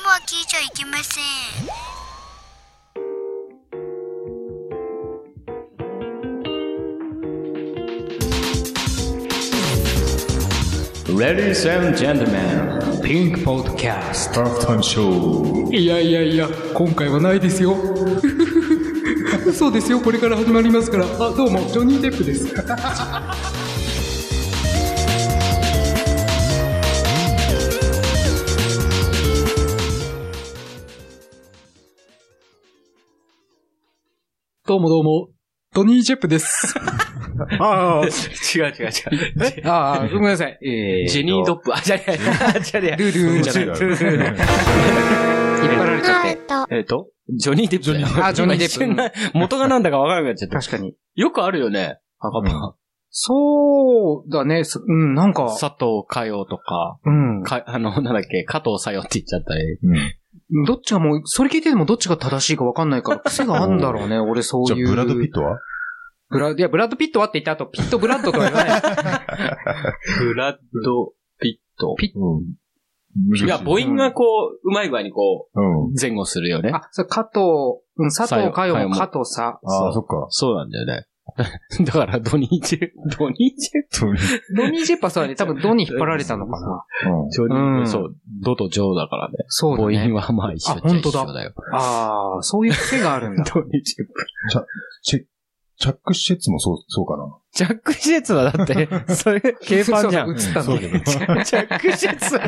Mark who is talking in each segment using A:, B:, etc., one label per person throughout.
A: いけません
B: Ladies and gentlemen, Pink Podcast
C: ハーフタイムショー。
D: いやいやいや、今回はない ですよ。嘘ですよ、これから始まりますから。あ、どうも、ジョニー・デップです。 どうもどうも、トニー・ジェップです。
C: ああ、
E: 違う違う違 う。
D: ああ、ごめんなさい。
E: えージェニードップ。あ、じゃねえ、じゃねえ。
D: ルルーンじゃない
E: ルルーン引っ張られちゃって。
A: アウト
E: えっと、ジョニー・デップだよ。
D: あジョニーデップ
E: 今一瞬な元がなんだかわからなくなっちゃった。確かに。よくあるよね。赤パン。
D: そうだね、すうん、なんか、
E: 佐藤佳代とか、
D: うん。
E: か、あの、なんだっけ、加藤さよって言っちゃったり。
C: うん
D: どっちがもう、それ聞いててもどっちが正しいかわかんないから、癖があるんだろうね、 俺そう
C: じゃあ、
D: いう。
C: ブラッド・ピットは
D: ブラ、いや、ブラッドピットはって言った後、ピットブラッドとは言わ ない。
E: ブラッド・ピット。ピ
C: うん
E: いや、母
C: イ。
E: 音がこう、うまい具合にこ
C: うん。
E: う、前後するよね。
D: あ、それ加藤、うん、佐藤かよも
E: さ
D: 加藤さ。
C: ああ、そっか。
E: そうなんだよね。だから、ドニー・ジェ、ドニー・ジェ
C: そうね
D: ドニー・ジェッパーさんね、多分ドに引っ張られたのかな。
C: うん
E: ジョニー
D: うん
E: そう、ドとジョーだからね。
D: そう
E: 母
D: だ
E: 音
D: ね。
E: はまあ一緒
D: あ本当だ
E: 一緒だよ。
D: ああ、 そういう癖があるんだ。
E: ドニージェップ
C: チャック・シェッツもそう、そうかな。
E: ジャック・シェツはだって、それ、軽パンじゃ
D: そう
E: ん。
D: そう映った
C: そう
D: の
C: だ
D: に
C: けど。
E: ジャック・シェツ、ジャ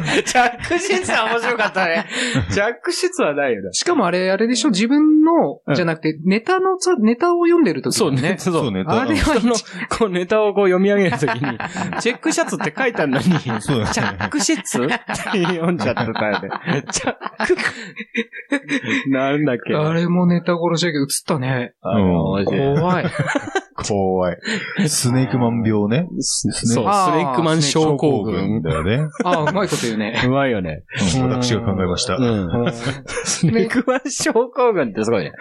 E: ック・シェツは面白かったね。ジャック・シェツはないよね。
D: しかもあれ、あれでしょ、自分の
E: う、ん
D: じゃなくて、ネタのさ、ネタを読んでるとき
E: そうね。。そ
C: そう
E: う。
C: ね。
D: あれは
E: 人の、こうネタをこう読み上げるときに、チェックシャツって書いたのに、チャ
C: そうだね
E: ックシェツって読んじゃってたよね。チャック、なんだっけ。
D: あれもネタ殺しだけど映ったね。
E: あの
C: うん
D: 怖い。
C: 怖い。スネークマン病ね。
E: そう、
C: ね
E: スネークマン症候群。
C: だよね。
D: ああ、うまいこと言うね。
E: うまいよね。
C: うん私が考えました。うん
E: ん。スネークマン症候群ってすごいね。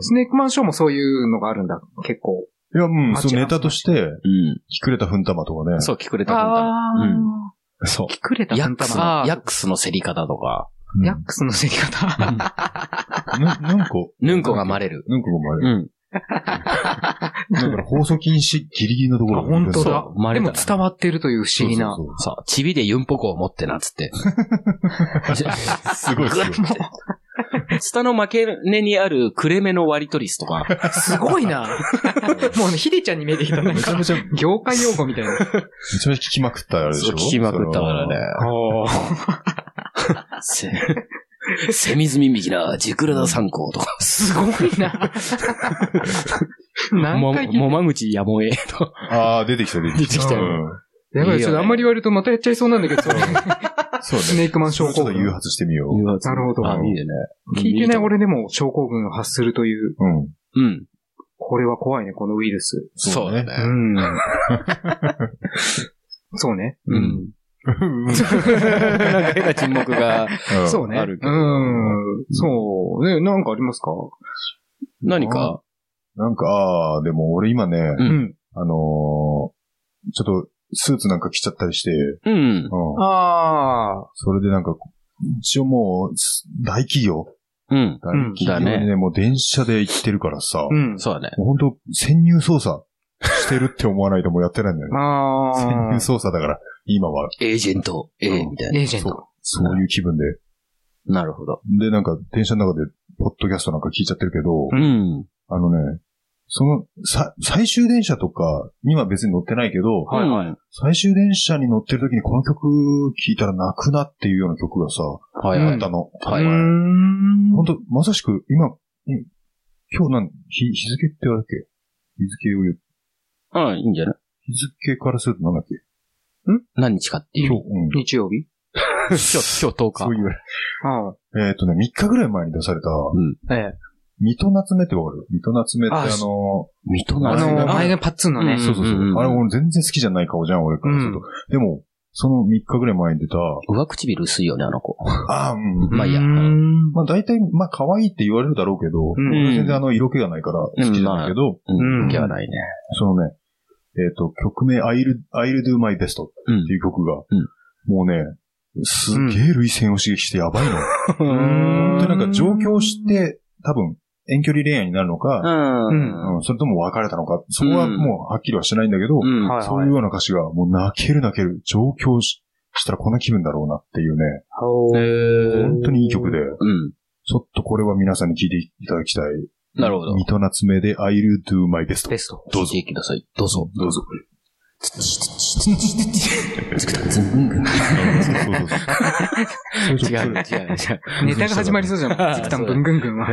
D: スネークマンショーもそういうのがあるんだ、結構。
C: いや、うん、
D: あ
C: そうネタとして、
E: う
C: ひくれたふん玉とかね。
E: ん。そう、聞くれたん
D: あ
E: ー
D: あ、
E: だ。そう。
D: くれた
E: ヤ
D: ヤ
E: ッ
D: ッ
E: ク
D: ク
E: ス
D: ス
E: の、
D: の、
E: ヤ
D: ヤ
E: ックスの競り方とか、
C: うん。
D: ックスの競り方。
C: な、なんか、
E: ヌンコがまれる。
C: なんかもあ れ。
E: ん。
C: だから放送禁止ギリギリのところ。
D: 本当だ
E: そう生ま。れ
D: で
E: た
D: も伝わってるという不思議な
C: そ。うそう
E: さあ、チビでユンポコを持ってな、つって。
C: そうすごいっす よ。
E: ツタの負け根にあるクレメの割り取りスとか、
D: すごいな。もうね、ヒデちゃんに見えてきた。なん
C: めちゃ
D: か
C: めちゃ、め
D: 業界用語みたいな。
C: ちゃめちゃ聞きまくったあれでしょ
E: 聞きまくったからね。。 せ、セミズミミキな、ジクラダ参考とか。
D: すごいな。何回聞いて
E: まぐちやもえとか。
C: そのああ、出てきた、出てきた。
E: 出てきたよ
C: うん
D: やばい、ちょっとあんまり言われるとまたやっちゃいそうなんだけど、
C: そうね。
D: スネークマン症
C: ちょ
D: 候
C: っと誘
D: 群。
C: 発してみよう。
D: なるほど。
E: あ、いいよね。
D: 聞いてない
E: 俺。
D: 俺でも症候群を発するという、
C: うん。
E: うん。
D: これは怖いね、このウイルス。
E: そうだね。
D: うん。そうね。
E: うん。なんか変な沈黙が。
C: うん
D: そうね。
E: あるけど
D: うん。そう。ね、なんかありますか
E: 何か、
C: なんか、ああ、でも俺今ね、
E: ん
D: ん。
C: あのー、ちょっと、スーツなんか着ちゃったりして、
E: うん。
C: うん。
D: ああ。
C: それでなんか、一応もう、大企業
E: うん。
C: 大
D: ん
C: 企業
E: だ
C: に
E: ね
C: ね、もう電車で行ってるからさ、
D: う。
C: もうん
E: そうだね。
C: 本当潜入捜査してるって思わないともうやってないんだよね。
D: あ
C: 潜入
D: あ。
C: 捜査だから、今は、
E: エージェント A みたい
D: エージェン
C: そ
D: ト
C: う。、そういう気分で。
E: な。なるほど。
C: で、なんか、電車の中で、ポッドキャストなんか聞いちゃってるけど、
E: うん。
C: あのね、その、さ、最終電車とかには別に乗ってないけど、
E: はいはい。
C: 最終電車に乗ってる時にこの曲聴いたら泣くなっていうような曲がさ、
E: は
D: うん
C: あったの。
E: は
D: う
E: い
D: ー
E: はい。
D: ん。
C: ほんと、まさしく今、い今日なん、日、日付ってあれだっけ日付を言う。
E: うん、いいんじゃない
C: 日付からするとなんだっけ
E: 何日かっていう。
C: 今日、うん。
D: 日曜日
E: 今 日、今日10
C: そういうぐらい。
D: あ
C: えっ、とね、3日ぐらい前に出された、
D: あ。ええ。
C: 水戸夏目ってわかる水戸夏目ってあ
D: あ
C: のー、
E: 水戸
D: あ
E: な
D: の、
C: あ
D: 前のパッツンのね。
E: うん
C: そうそうそう。あれ俺全然好きじゃない顔じゃん、俺からすると。でも、その3日ぐらい前に出た、
E: 上唇薄いよね、あの子。
C: ああ、うん。
E: まあいいや
D: うーん
C: まあ大体、まあ可愛いって言われるだろうけど、
D: うん
C: 俺全然あの色気がないから好きじゃないけど、
D: うん
E: 気はないね。
C: そのね、えっ、と、曲名 I'll, I'll do my best っていう曲が、
E: うん
C: もうね、すげえ類線を刺激してやばいの。
E: うん
C: 本当になんか上京して、多分、遠距離恋愛になるのか、
E: うん。
C: うんそれとも別れたのか、そこはもうはっきりはしてないんだけど、
E: うん。
F: はい
C: そういうような歌詞が、もう泣ける泣ける、上京ししたらこんな気分だろうなっていうね、
F: ほう
C: 本当にいい曲で、
E: うん。
C: ちょっとこれは皆さんに聴いていただきたい。
E: なるほど。
C: ミトナツメで I'll do my best.
F: ベスト。
E: どうぞ。ください。どうぞ。
C: どうぞ。 そうそうそう
E: 違う、違う、違う。
D: ネタが始まりそうじゃないジクタンブングングンは。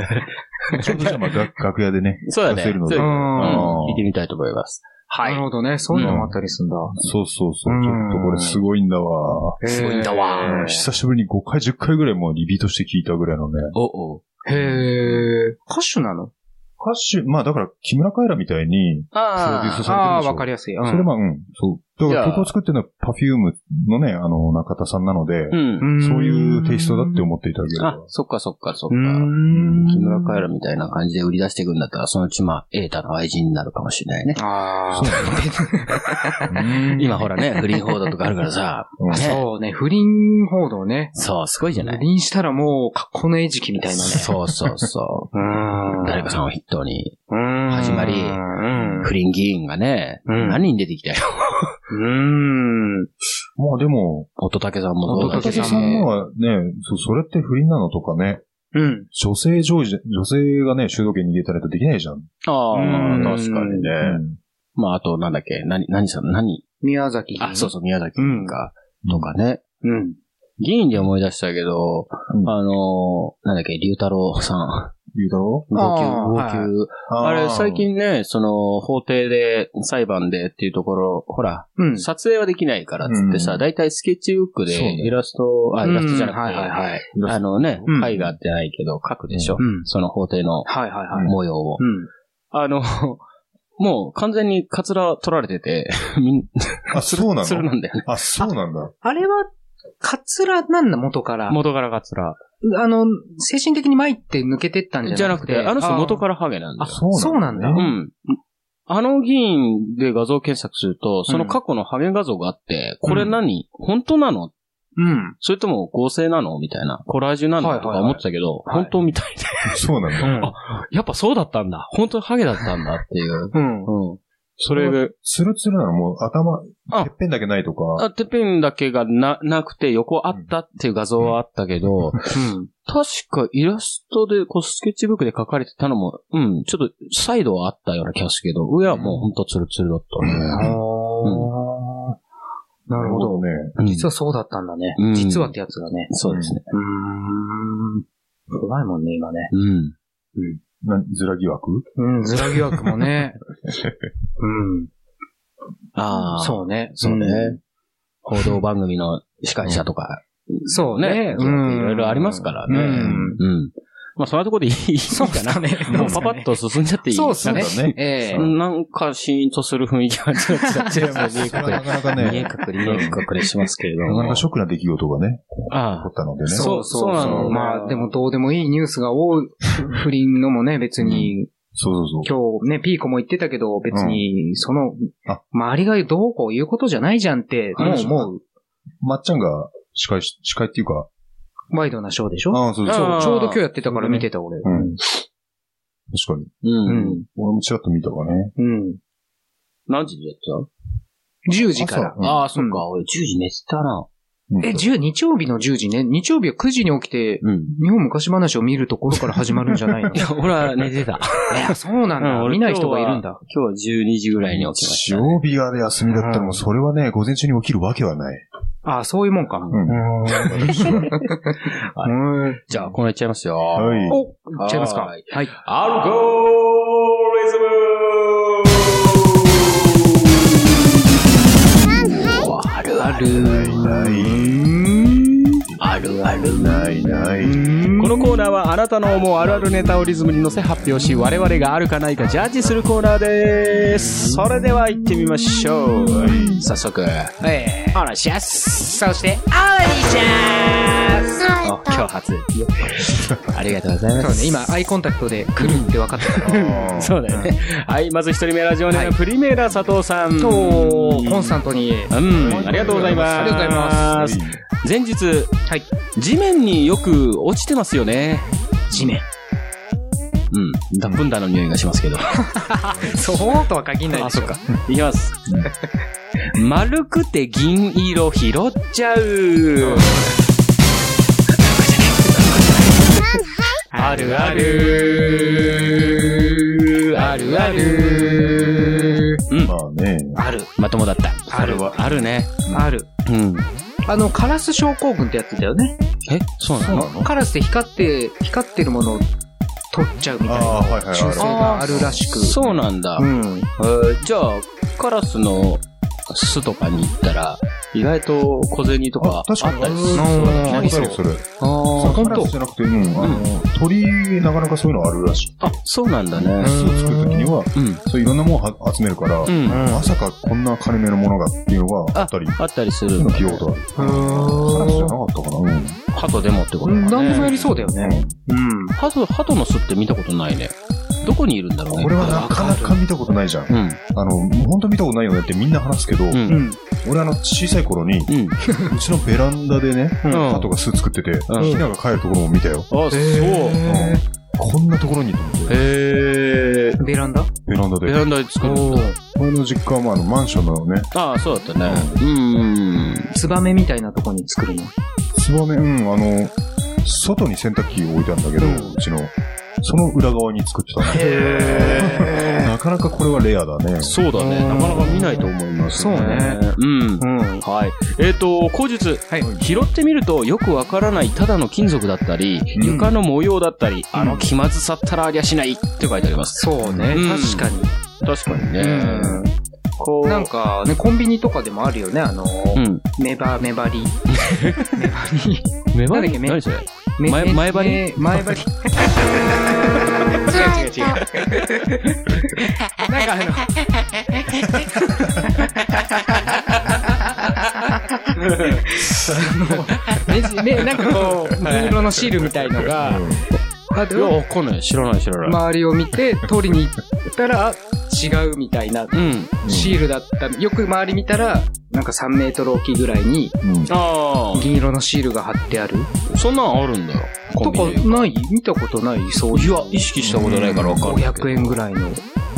C: ちょうどじゃあまあ楽楽屋でね、
E: そうだ
C: 出
E: ね。
C: せるの
E: そう
C: で。
E: だね
C: あ
E: うん
C: ー
E: 聞いてみたいと思います。は
D: ないる。ほどね。そういうのもあったりすんだ。
C: そうそうそうう。
D: ん
C: ちょっとこれすごいんだわ。
D: す
E: ごいんだわ
C: 久しぶりに5回、10回ぐらいもうリピートして聞いたぐらいのね。
E: おお。
D: へえ。
F: 歌手なの
C: 歌手、まあだから木村カエラみたいに、プロデュー
E: あ
C: スされてるでしょ。
D: ああ、わかりやすい。う
C: それ
D: ん。
C: まあ、うん、そう。だから
E: じゃあ
C: 曲を作ってるのは Perfume のね、あの、中田さんなので、
E: うん。
C: そういうテイストだって思っていただければ
E: あ、。そっかそっかそっ
D: う
E: か。
D: ん。
E: 木村カエラみたいな感じで売り出していくんだったら、そのうちまあ、エータの愛人になるかもしれないね。
D: あ
C: うん
E: 今ほ らね、不倫報道とかあるからさ、
C: うん
D: あ。
E: ね
D: そうね。不倫報道ね。
E: そう、すごいじゃな
D: 不
E: い
D: 倫したらもう、格好の餌食みたいなね。
E: そうそうそうう。
D: ん。
E: 誰かさんを筆頭に、
D: うん。
E: 始まり
D: うん。
E: 不倫議員がね、
D: うん
E: 何人出てきたよ。
D: うん。
C: まあでも、
E: 乙武さんもそうだ
D: 乙
E: け
D: 武
E: ど
C: 竹
D: さ
C: さ
D: んも
C: んのはね、そう、それって不倫なのとかね、
D: うん。
C: 女性上司、女性がね、主導権逃げたりとできないじゃん。
E: ああ、
D: うん
E: 確かにね。
C: うん
E: まあ、あと、なんだっけ、何、何さん、何
D: 宮崎。
E: あ、そうそう、宮崎か、とかね。
D: うん。
E: 議員で思い出したけど、
C: うん
E: あのー、なんだっけ、龍太郎さん。
C: 言うだろ
E: 号泣、
D: あー
E: 号
D: はい
E: 泣。あれ、最。近ね、その、法廷で、裁判でっていうところ、ほら、
D: うん。
E: 撮影はできないからっつって
C: う
E: さ、
C: ん
E: だいたいスケッチブック
C: そう
E: で
C: ね
E: イラスト、あ、イラストじゃな
D: うんはいはい
E: くて、
D: は
C: イ
D: い。
C: ラスト
E: あのね
D: う、ん
E: 絵画ってないけど、描くでしょ
D: う。ん。
E: その法廷の
D: はいはいはい。
E: 模様を
D: う。ん。
E: あの、 もう完全にカツラ取られてて、 みん
C: あ、そうな
E: それ
C: の
E: なんだよね。
C: あ、そうなんだ。
D: あれは、カツラなんだ、 元から。
E: 元からカツラ。
D: あの、精神的に参って抜けてったんじ
E: じゃ
D: ゃ
E: な
D: な
E: く
D: く
E: て、
D: て。。
E: あの人元かららハゲなんだ
D: あ、
E: よ。
D: そうなんだ
E: う。ん。あの議員で画像検索すると、その過去のハゲ画像があって、これ何本当なの
D: うん。
E: それとも合成なのみたいな。コラージュなの
D: はい
E: と
D: はい
E: か
D: はい
E: 思ってたけど、
D: はい
E: 本当みたいで。
C: そうなん だ。
E: やっぱそうだったんだ。本当にハゲだったんだっていう。
D: うん。
E: うん。それで、
C: ツルツルなのもう頭、
E: あ
C: てっぺんだけないとか。
E: あ、てっぺんだけがな、なくて横あったっていう画像はあったけど、確かイラストで、こう、スケッチブックで描かれてたのも、うん、ちょっと、サイドはあったような気がするけど、上はもうほんとツルツルだったね。
D: あーなるほど。
C: どね。
E: うん
D: 実はそうだったんだね
E: うん。
D: 実はってやつがね。
E: そうですね。
D: うーん。怖いもんね、今ね。
E: うん。
C: なずら疑惑
D: うん、ずら疑惑も ね。うん。
E: ああ、そう。
D: そうね。
E: そうね
D: ん。
E: 報道番組の司会者とか、
D: そうね。
E: いろいろあります
D: か
E: から
D: う
E: ね。
D: ん。
E: うん。まあ、そんなところでいい
D: そう
E: か
D: だ
E: な。
D: ね。
E: もうパパッと進んじゃっていい
D: そうっすね
E: なんか。
C: ね
D: ええ
E: なんかシーンとする雰囲気がちょっと
C: それはなかなか
E: 見え隠れ、見
C: ね、
E: え隠れ、見え隠れしますけれど
C: なかな
E: も
C: か。ショックな出来事がね、起
E: あ
C: こ
E: あ
C: ったのでね。
E: そうそうなの
D: まあ、でもどうでもいいニュースが多い。不倫のもね、別に、
C: そうそうそう。
D: 今日ね、ピーコも言ってたけど、別に、その
C: あ、
D: 周りがどうこう言うことじゃないじゃんって、もう思う、
C: まっちゃんが司会し、司会っていうか、
D: ワイドなショーでしょ
C: ああ、そうそう。
E: あー
D: ちょうど今日やってたから見てた、俺。
C: うん。確かに。
D: うん
E: う。
D: ん。
C: 俺もちらっと見たわね。
D: うん。
E: 何時にやって
D: 10時から。
C: 朝。うん
E: ああ、そっか。俺10時寝てた
C: う
E: な。
C: ん
D: え、10、日曜日の10時ね。日曜日は9時に起きて、
E: うん。
D: 日本昔話を見るところから始まるんじゃ ないの
E: いや、俺は寝て た。
D: いやそうなんだ。見ない人がいるんだ。。
E: 今日は12時ぐらいに起きまし
C: 日
E: た。
C: 曜日がで休みだったらもうそれはね、午前中に起きるわけはない。
D: ああ、そういうもんか。
C: うん
D: うん。
E: じゃあ、このいっちゃいますよ。
C: はい。
D: お、いっちゃいますか。
E: は
D: はいい。
E: アルゴリズムあるある。あるある。
C: ないない。
E: このコーナーはあなたの思うあるあるネタをリズムに乗せ発表し我々があるかないかジャッジするコーナーですそれでは行ってみましょう早速
D: ええ
E: お願いします
D: そして、
E: お今日初 ありがとうござい
D: そ
E: ま
D: うね、
E: す
D: 今、アイコンタクトで来るって分かったから。
E: そうだよねはいまず一人目ラジオネームプリメーラ佐藤さん
D: と、コンスタントに。
E: うんありがとうございます
D: ありがとうございます
E: 前日、
D: はい
E: 地面によく落ちてますよね。
D: 地面。
E: うん。ダップンダーの匂いがしますけど。
D: そうとは限らない
E: あ、
D: でし
E: そ
D: ょ
E: っ。か。 いきます。丸くて銀色拾っちゃう。
D: あるある。あるある。
C: まあね。
D: ある。
E: まともだった。
D: あるわ。
E: あるね。
D: ある。
E: うん。
D: あの、カラス症候群ってやつだよね。
E: え、そうなの
D: カラスで光って、光ってるものを取っちゃうみ
C: あ
D: たいな
C: あ、はいはい
D: 習性
C: はい。
D: があるらしく。
E: そうなんだ。
D: うん。
E: えーじゃあ、カラスの巣とかに行ったら、意外と小銭とかあ
C: 確かに
E: ったりす
C: う
E: る。
C: ん
E: あ
C: あ
E: り
C: り
E: そ
C: そうう。それ。
E: あー
C: 魚
E: ほん
C: と
E: と
C: じゃなくて、うん、あの、鳥、なかなかそういうのあるらしい。
E: あ、そうなんだ
C: 巣
E: ね。
C: を作るときには、
E: うん。
C: そういろんなものをは集めるから、
E: うん。
C: まさかこんな金目のものがっていうのがあったり、
E: あったりする
C: そ
E: ん
C: ういうの
E: だ
C: 聞い
E: ね。
C: たことある。カラスじゃなかったかな。うん。
E: 鳩でもってことだね。
D: 何でもやりそうだよね。うん。
E: 鳩、鳩の巣って見たことないね。どこにいるんだろうね。
C: これはなかなか見たことないじゃん。
E: うん。
C: あの、本当見たことないよねってみんな話すけど、
E: うん。
D: うん。
C: 俺あの、小さい頃に、
E: うん。
C: うちのベランダでね、
E: うん
C: 鳩が巣作ってて、
E: ん
C: ヒナが帰るところも見たよ。
E: あ、そう。
C: うんこんなところにと思って、
E: へー。
D: ベランダ
C: ベランダ
E: ベ
C: で。
E: ランダで作るんだ。
C: 俺の実家はまああのマンションなのね、
E: ああ、そうだったね。うん。
D: ツバメみたいなとこに作るの。
C: ツバメ、うん、あの、外に洗濯機を置いたんだけど、うちの、その裏側に作ってたね。
D: へ
C: なかなかこれはレアだね。
E: そうだね。なかなか見ないと思いますね。
D: そうね。
E: うん。
D: うん。
E: はい。えっ、と、後日、拾ってみるとよくわからないただの金属だったり、
C: ん
E: 床の模様だったり、あの気まずさったらありゃしないって書いてあります。
D: そうね
E: うん。
D: 確かに。
E: 確かにね。
D: うん
E: こう、
D: なんかね、コンビニとかでもあるよね、あの、
E: うん。
D: メバ、メバリ。メバリ。
E: 目
D: 張り
E: 何それ
D: め
E: 前
D: め
E: 前張り
D: め前張り。違う違う違う。なんかあの、目地目、なんかこう、銀色のシールみたいのが、あ
E: いや、わかんない。知らない、知らない。
D: 周りを見て、取りに行ったら、あ違うみたいな、
E: うん。
D: シールだった。よく周り見たら、なんか3メートル大きいぐらいに、
C: うん。
E: あ
D: 銀色のシールが貼ってある。
E: あ、そんなんあるんだよ。コ
D: と
E: ンビ
D: か
E: ニで、
D: ない見たことないそう
E: い
D: いう
E: や、意識したことないからわかんないけど。
D: 500円ぐらいの。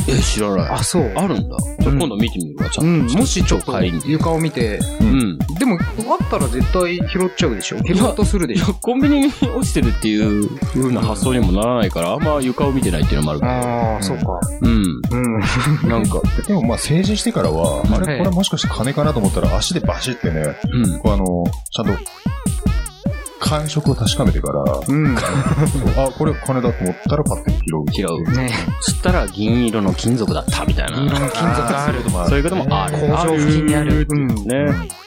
E: え、知らない。
D: あ、そう。
E: あるんだ。じゃあ
D: うん
E: 今度見てみるわ、ちゃ
D: うんん、
E: と。
D: もしちょっと
E: 帰りに。
D: 床を見て、
E: うん。
D: でも、あったら絶対拾っちゃうでしょ拾おうとするで
E: い
D: し
E: や
D: ょ、
E: コンビニに落ちてるっていう風な発想にもならないから、あんま床を見てないっていうのもあるけ
D: ああ、そうか。
E: ど。うん。
D: うん。
E: なんか、
C: でもまあ成人してからは、あ
D: は
C: れ、
D: い
C: これもしかして金かなと思ったら足でバシってね、
E: うん。
C: こうあの、ちゃんと、感触を確かめてから、
D: うん。
C: あ、これ金だと思ったらパッて拾う。
E: 拾う
D: ね
E: つったら銀色の金属だったみたい
D: え。銀色
E: な。
D: の金属がある。
E: そういうこともある。
D: 工場付近にある。うん。
E: ね。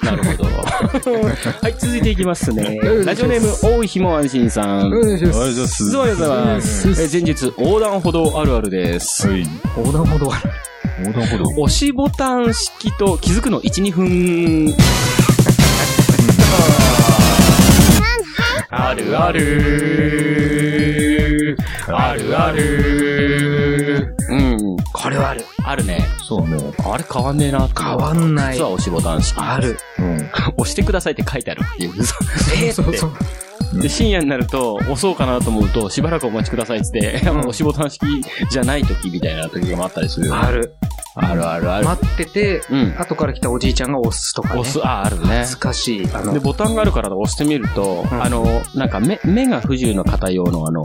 E: なるほど。 はい、続いていきますね。ラジオネーム、大井ひも安心さ
D: う
E: ん。
D: ん、
C: ありがとうございます
E: どうもありがとうございます。え前日、横断歩道あるあるです。
C: はい。
D: 横断歩道ある。
C: 横断歩道。
E: 押しボタン式と気づくの1、2分。あるある。あるある。うん。
D: これはある。
E: あるね。
C: そうね。
E: あれ変わんねえな。
D: 変わんない
E: 実は押しボタン式。
D: ある。
C: うん。
E: 押してくださいって書いてあるっていう。えー
D: そうそう。
E: で深夜になると、押そうかなと思うと、しばらくお待ちくださいって言って、押しボタン式じゃない時みたいな時もあったりするよ。
D: ある。
E: あるあるある。
D: 待ってて、
E: うん。
D: 後から来たおじいちゃんが押すとかね。
E: 押す、あ、あるね。
D: 恥ずかしい。あの
E: で、、ボタンがあるから押してみると、
D: うん
E: あの、なんか目、目が不自由な方用のあの、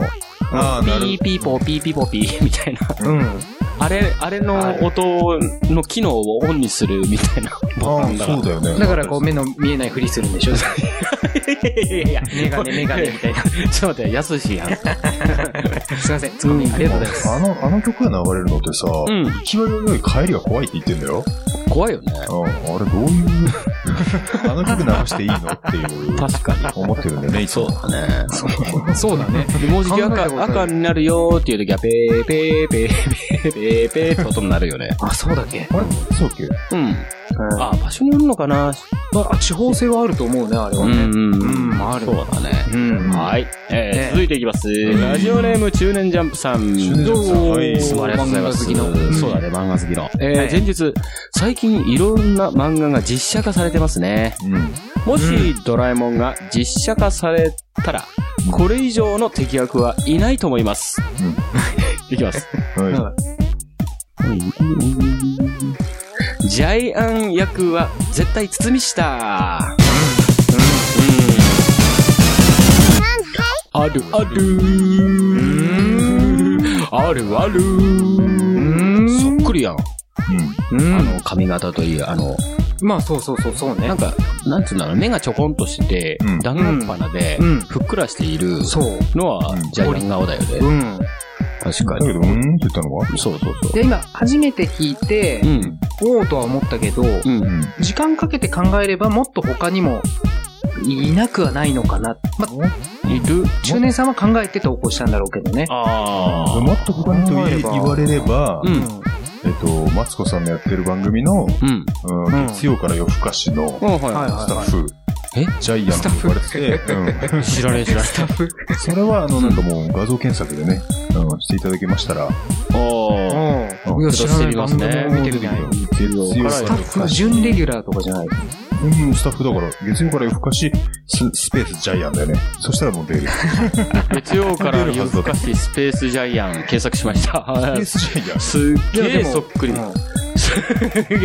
C: ああ、
E: ピ
C: なる
E: ーピーポーピーピーポーピーみたいな、
D: うん。
E: あれ、あれの音の機能をオンにするみたいなボ
C: あ
E: タ
C: あ
E: ンだか
C: そうだよね。
D: だからこう目の見えないふりするんでしょ
E: ら。いやいやいやい
D: メガネ、メガネみたいな。
E: や、ちょっと待って、やすしやん。
D: すいません、ツッコミありがとうございます。
C: あの、あの曲が流れるのってさ、
E: うん
C: 勢いの良い帰りが怖いって言ってんだよ。
E: 怖いよね。
C: あああれどういう、 あの曲流していいのっていう、
E: 確かに。
C: 思ってるんだよね、いつも。
E: そうだね。
D: そうだね。
E: で、もうじき
D: 考えたこと
E: 赤、
D: ない
E: 赤になるよーっていう時は、ペーペーペーペーペーペーって音になるよね。
D: あ、そうだっけ
C: あれそうだっけ
E: うん。あ、場所によるのかな
D: まあ、地方性はあると思うね、あれは
E: う
D: ね。
E: んうん
D: う
E: うんん。
D: ある
E: そうだね。
D: うん
E: はい。え
D: ね
E: ー、続いていきます。ラジオネーム中年ジャンプさん。
C: 中年ジャンプさんはい
E: つもありがとうございます。
D: 漫画好きの
E: そうだね、漫画好きの。えー
D: はい
E: 前日、最近いろんな漫画が実写化されてますね。
C: うん。
E: もし、ドラえもんが実写化されたら、これ以上の敵役はいないと思います。 いきます。
C: は
E: ジャイアン役は絶対堤下。あるあるあるあるそっくりやん。
C: い。うん。
E: あの、髪型といい、あの、
D: まあ、そうそうそう、そうね
E: な。んか、なんつうんだろう、目がちょこんとしてて
C: うん、
E: 弾丸鼻で
D: う、ん。
E: ふっくらしている
D: そう。
E: のは
C: うん、
E: ジャイアン顔だよね。
D: うん。
E: 確か
C: だけ
E: に。
C: ど、うーんって言ったのは
E: そうそうそう。
D: で、今、初めて聞いて
E: う、ん。
D: おおとは思ったけど、
E: うん
C: う。ん。
D: 時間かけて考えればもっと他にもいなくはないのかな。まあ、
E: いる
D: 中年さんは考えて投稿したんだろうけどね。
E: あ
C: でもっと他にと言え
D: 考えれば
C: 言われれば、
E: う。
D: うん
C: えっと、マツコさんのやってる番組の、
E: うん。
C: うん
D: うん
C: 月曜から夜更かしの
E: あ
D: は
E: はい
D: い
C: スタッフ、
E: え
C: ジャイアンと呼ばれてて、うん
E: 知らねえ知 らね
C: それは、あの、なんかもう画像検索でね、うんしていただけましたら、
E: え。ああ。
D: う
C: うん
D: ん。いや、
E: ちょ
D: 知ら
E: っと
D: ない。
E: 知りますね
D: 何でも見てみない。
C: 月曜
E: ス
D: ス
E: タ
D: タ
E: ッ
D: ッフ、準レギュラーとかじゃない。
C: うん、スタッフだから、月曜から夜更かし、ススペースジャイアンだよね。そしたらもう出る。ス
E: 月曜から夜更かしスペースジャイアン検索しました。
C: ペースジャイアン。
E: すっ
D: いや
E: げ
D: で
E: え
D: も
E: そっくり。
D: うん
E: す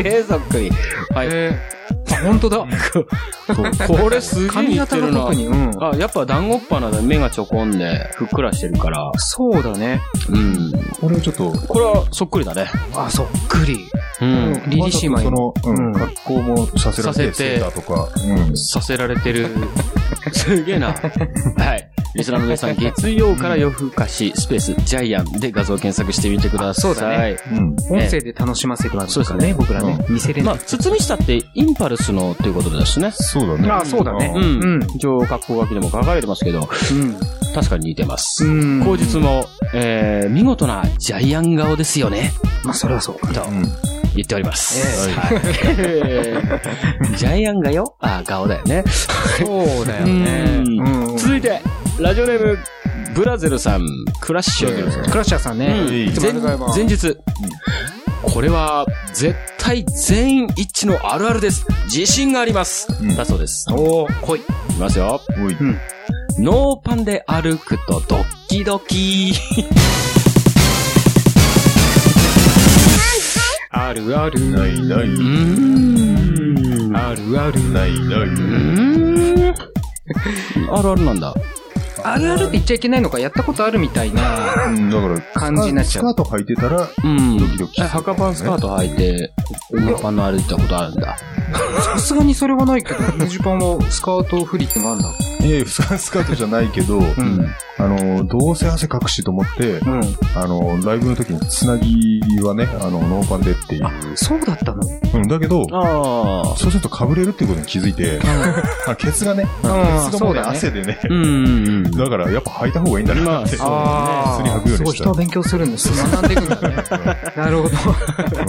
E: げえそっくり。はい。
D: えー、あ、本当だ。
E: これすげえ
D: 髪
E: 似て
D: 型が
E: るな
D: 特。に。うん。
E: あ、やっぱ団子っ鼻で目がちょこんで、ふっくらしてるから。
D: そうだね。
E: うん。
C: これをちょっと、
E: これはそっくりだね。
D: あ、そっくり。
E: うん。
D: リリシマイ
C: その、うん、
D: うん
C: 格好もさせられて、
E: させて
C: セーターとか、うん。
E: させられてる。すげえな。はい。リスナーの皆さん、月曜から夜更かし、スペース、ジャイアンで画像検索してみてください。
D: あそうだね。
C: うん。
D: 音声で楽しませてますからね、
E: そう
D: 僕らね。見せれな
E: まあ、
D: い。
E: 包み下ってインパルスのということですね。
C: そうだね。
D: あそうだね
E: う。
D: うんうん
E: 一応、格好書きでも書かれてますけど、確かに似てます。
D: うん。うん。
E: 後日も、えー、見事なジャイアン顔ですよね。
D: まあ、それはそう。
E: と
C: うん。
E: 言っております。はい ジャイアンがよあ、顔だよね。
D: そうだよ
E: ね
D: ね。
E: 続いて、ラジオネーム、ブラゼルさん、クラッシュ。
D: クラッシャーさんね。
E: うん
D: いつもありがとうござい
E: 前
D: ます
E: 日、これは絶対全員一致のあるあるです。自信があります。
C: うん
E: だそうです。
D: おー、来い。
E: いきますよ。
C: おい。
E: ノーパンで歩くとドッキドキ。
D: あるある。
C: ないない。
E: うーん。
D: あるある。
C: ないな
E: う
C: い。
E: ーん。あるあるなんだ。
D: あるあるって言っちゃいけないのか、やったことあるみたいな。
C: うん、だから、
D: 感じになっち
C: ス
D: ゃう
C: カート履いてたら、
E: うん。
C: ドキドキす
E: え
C: る
E: 墓パンスカート履いて、ノーパンの歩いたことあるんだ。
D: さすがにそれはないけど、ネジパンはスカートフリップがあるんだ。
C: いやいやスカスカートじゃないけど、
D: ん。
C: あの、どうせ汗かくしと思って、
D: うん。
C: あの、ライブの時につなぎはね、あの、ノーパンでっていう。
D: そうだったの
C: うん、だけど、
E: ああ。
C: そうすると被れるっていうことに気づいて、あケツがね、
D: うん
C: ケツがも
D: そう
C: うね、
D: だね
C: 汗でね、
E: うん。
C: だからやっぱ履いた方がいいんだなって。
D: あ
C: 普通に履くよう
D: す
C: に
D: ごい
C: した
D: 人は勉強するんです。学んでいくんだね。 なるほど。で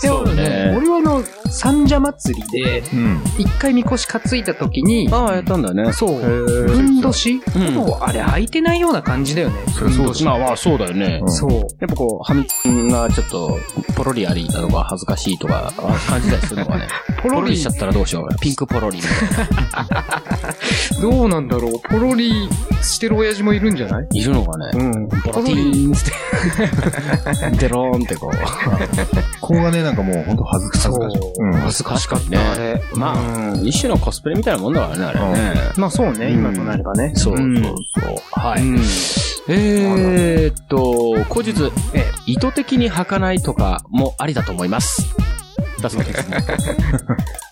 E: そ
D: も
E: う
D: ね、
E: ね。
D: 俺はあの、三社祭りで、
C: うん。うん。
D: 一回みこし担いだ時に、
E: ああ、やったんだね。
D: そう、
E: ー
D: ふんどし
E: うん
D: でもあれ履いてないような感じだよね。
C: そりゃそうだ
E: まあまあ、そうだよね。
C: うん
D: そう。
E: やっぱこう、はみつんがちょっと、ポロリありだとか、恥ずかしいとか、あ感じたりするのがね。
D: ポ
E: ポ
D: ロ
E: ロリ
D: リ
E: しちゃったらどうしよう。ピンクポロリみたいな。
D: どうなんだろうポロリしてる親父もいるんじゃない
E: いるのかね。
D: うん。
E: ポ
D: ポ
E: ロ
D: ロ
E: テ
D: リ。
E: ィーンつ って。デローンってこう。
C: ここがね、なんかもうほんと恥ずかしい。
D: そう
C: うん。
D: 恥ずかしかった、
E: ね
D: あれ。
E: まあ、一種のコスプレみたいなもんだからね、あれね。
D: まあそうね、
E: うん
D: 今となればね。
E: そうそう
D: うん
E: そう。は
D: う
E: い。
D: ん。
E: えーっと、後日、え意図的に履かないとかもありだと思います。だそうです。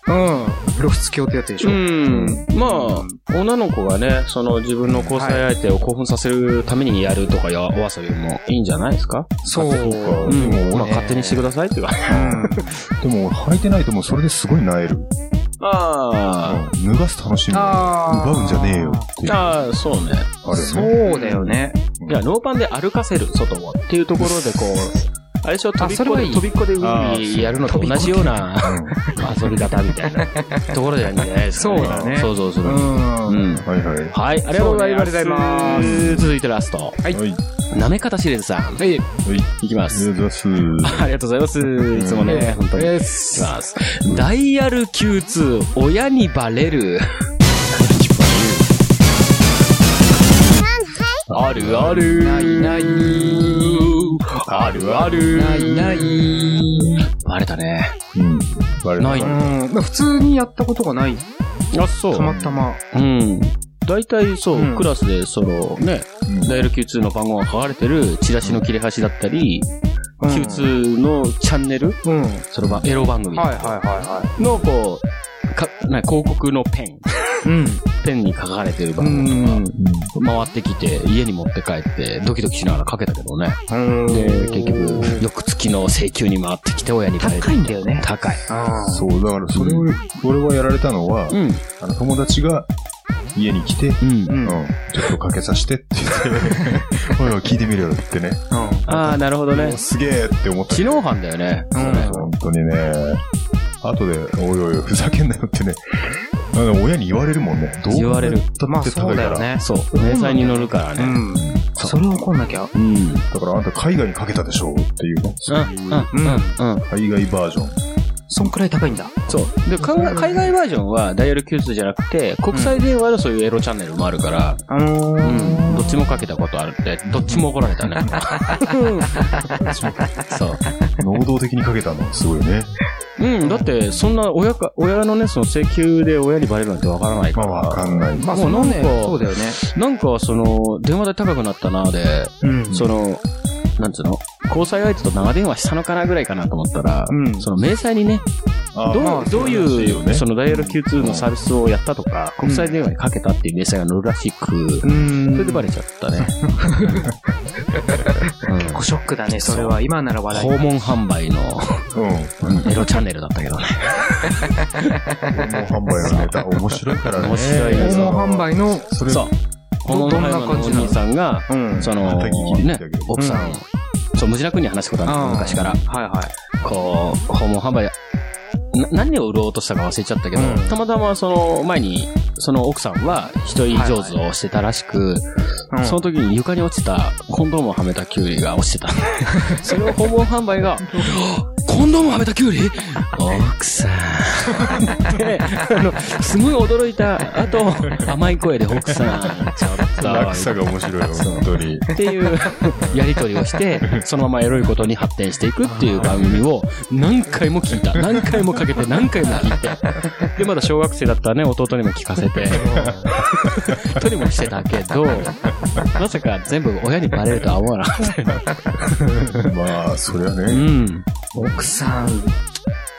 D: うん。露出狂ってやつでしょ。
E: うん。まあ、女の子がね、その自分の交際相手を興奮させるためにやるとかやお遊びもいいんじゃないですか
D: そ
C: う
D: う。
E: う
C: か
E: ん。
C: でも
E: まあ、勝手にしてくださいっていうか。
C: でも履いてないともうそれですごい萎える。
E: あ
C: うん脱がす楽しみを
D: ああ。
C: 奪うんじゃねえよっていう。
E: あ。ああ、そうね。
C: あるよね。
D: そうだよね。
E: いや、ノーパンで歩かせる、外を。っていうところで、こう、あれでしょ、飛びっ
D: それ
E: こ
D: は
E: で、
D: いい
E: 飛びっこで
C: あー
E: 海やるのと同じような遊び方みたいなところじゃないですか、
D: そうだね
E: 想像する。
D: うん。
E: うん。
C: はいはい。
E: はい、ありがとうござい
D: そうねありが
E: ます。
D: とうございます
E: 続いてラスト。
D: はい
C: はい。
E: なめかたしれんさん。
D: はい。
E: いきます。
C: 目指す。は
E: ありがとうございます。いつもね、本当に。い
D: で
E: き
D: す。
E: ます。ダイヤル Q2、親にバレる。あるある。
D: ないない。
E: あるある。
D: ないない。
E: バレたね。
C: うん。バレた
E: ない
D: うん。普通にやったことがない。
E: あ、そ
D: たまたま。
E: うん。大体そう、
D: うん
E: クラスで、そのね、
C: うん
E: ダイヤル Q2 の番号が書かれてるチラシの切れ端だったり、
D: うん
E: Q2 のチャンネル、
D: うん。はい
E: その番エロ番組
D: はいは
E: の、こう、か、な、広告のペン、
D: いはい。うん。
E: ペンに書かれてる
D: う
E: 番号
D: ん。
E: 回ってきて、家に持って帰って、ドキドキしながらかけたけどね。で、結局、翌月の請求に回ってきて、親に
D: 高いんだよね
E: 高い。
D: あー
C: そう、だからそれを、俺はやられたのは、
E: うん。
C: あの友達が家に来て、
E: う
C: う
D: う。。
E: ん
C: んん、
D: うん。
C: ちょっとかけさせてって言って、お いおい聞いてみろよってね。
E: ああ、なるほどね。
C: すげえって思った
E: 知能犯だよね。
D: うん
C: 本当にね。後で、おいおいおい、ふざけんなよってね。あの親に言われるもんね。どう
E: 言われる
C: だってただから。
D: ね。
E: そう。明細に乗るから
D: う
E: ね。
D: ん。それ怒んなきゃ。
E: うん。
C: だからあんた海外にかけたでしょっていうね。そういう
D: うん。
E: うん。
C: 海外バージョン。
D: そんくらい高いんだ。
E: そう。で、か海外バージョンはダイヤル Q2 じゃなくて、国際電話のそういうエロチャンネルもあるから、
D: あの
E: う
D: ー。
E: ん。どっちもかけたことあるって、どっちも怒られたね。そう。
C: 能動的にかけたの、すごいね。
E: うん。だって、そんな親か、親のね、その請求で親にバレるなんてわからないか
C: まあ
E: ら。
C: わかんない。
D: まあ、
E: も
D: そうのね、
E: なんか
D: そうだよね。
E: なんか、その、電話で高くなったなで、
D: うん
E: その、なんつうの交際相手と長電話したのかなぐらいかなと思ったら、
D: うん
E: その明細にね、
C: あ
E: どう,、
D: まあ
C: そう
E: どう
C: らし
E: い
C: いうよ、ね
E: そのダイヤル Q2 のサービスをやったとか、
D: ん
E: 国際電話にかけたっていう明細が載るらしく、
D: うん。
E: それでバレちゃったね。
D: 結構ショックだね、それは。今なら笑い。
E: 訪問販売の
C: うん。
E: エロチャンネルだったけどね。
C: 訪問販売のネタ、面白いからね。
E: 面白いね
D: 訪問販売の、
C: それ、
E: そう。訪問
D: どん
E: 販
D: な
E: 売のお
D: 感じなの
E: 兄さんが、
D: うん。
E: その、
C: 叩き切り
E: ね
C: だけど、
E: 奥さんを、そう、無地な君に話すことあるんだけど
D: うん
E: 昔から。
D: はいはい。
E: こう、訪問販売、な何を売ろうとしたか忘れちゃったけど、
D: うん
E: たまたまその前に、その奥さんは一人上手をしてたらしく、
D: うん
E: その時に床に落ちたコンドームをはめたキュウリが落ちてた。 それを訪問販売が、コンドームをはめたキュウリ奥さん。で、あの、すごい驚いた後、甘い声で奥さん、ちょ っと。
C: 落差が面白い、本当に。
E: っていうやりとりをして、そのままエロいことに発展していくっていう番組を何回も聞いた。何回もかけて何回も聞いて。で、まだ小学生だったね、弟にも聞かせて。とにもしてたけど、まさか全部親にバレるとは思わなかったよ。
C: まあ、それは
E: う
C: ね、
E: ん。
D: 奥さん、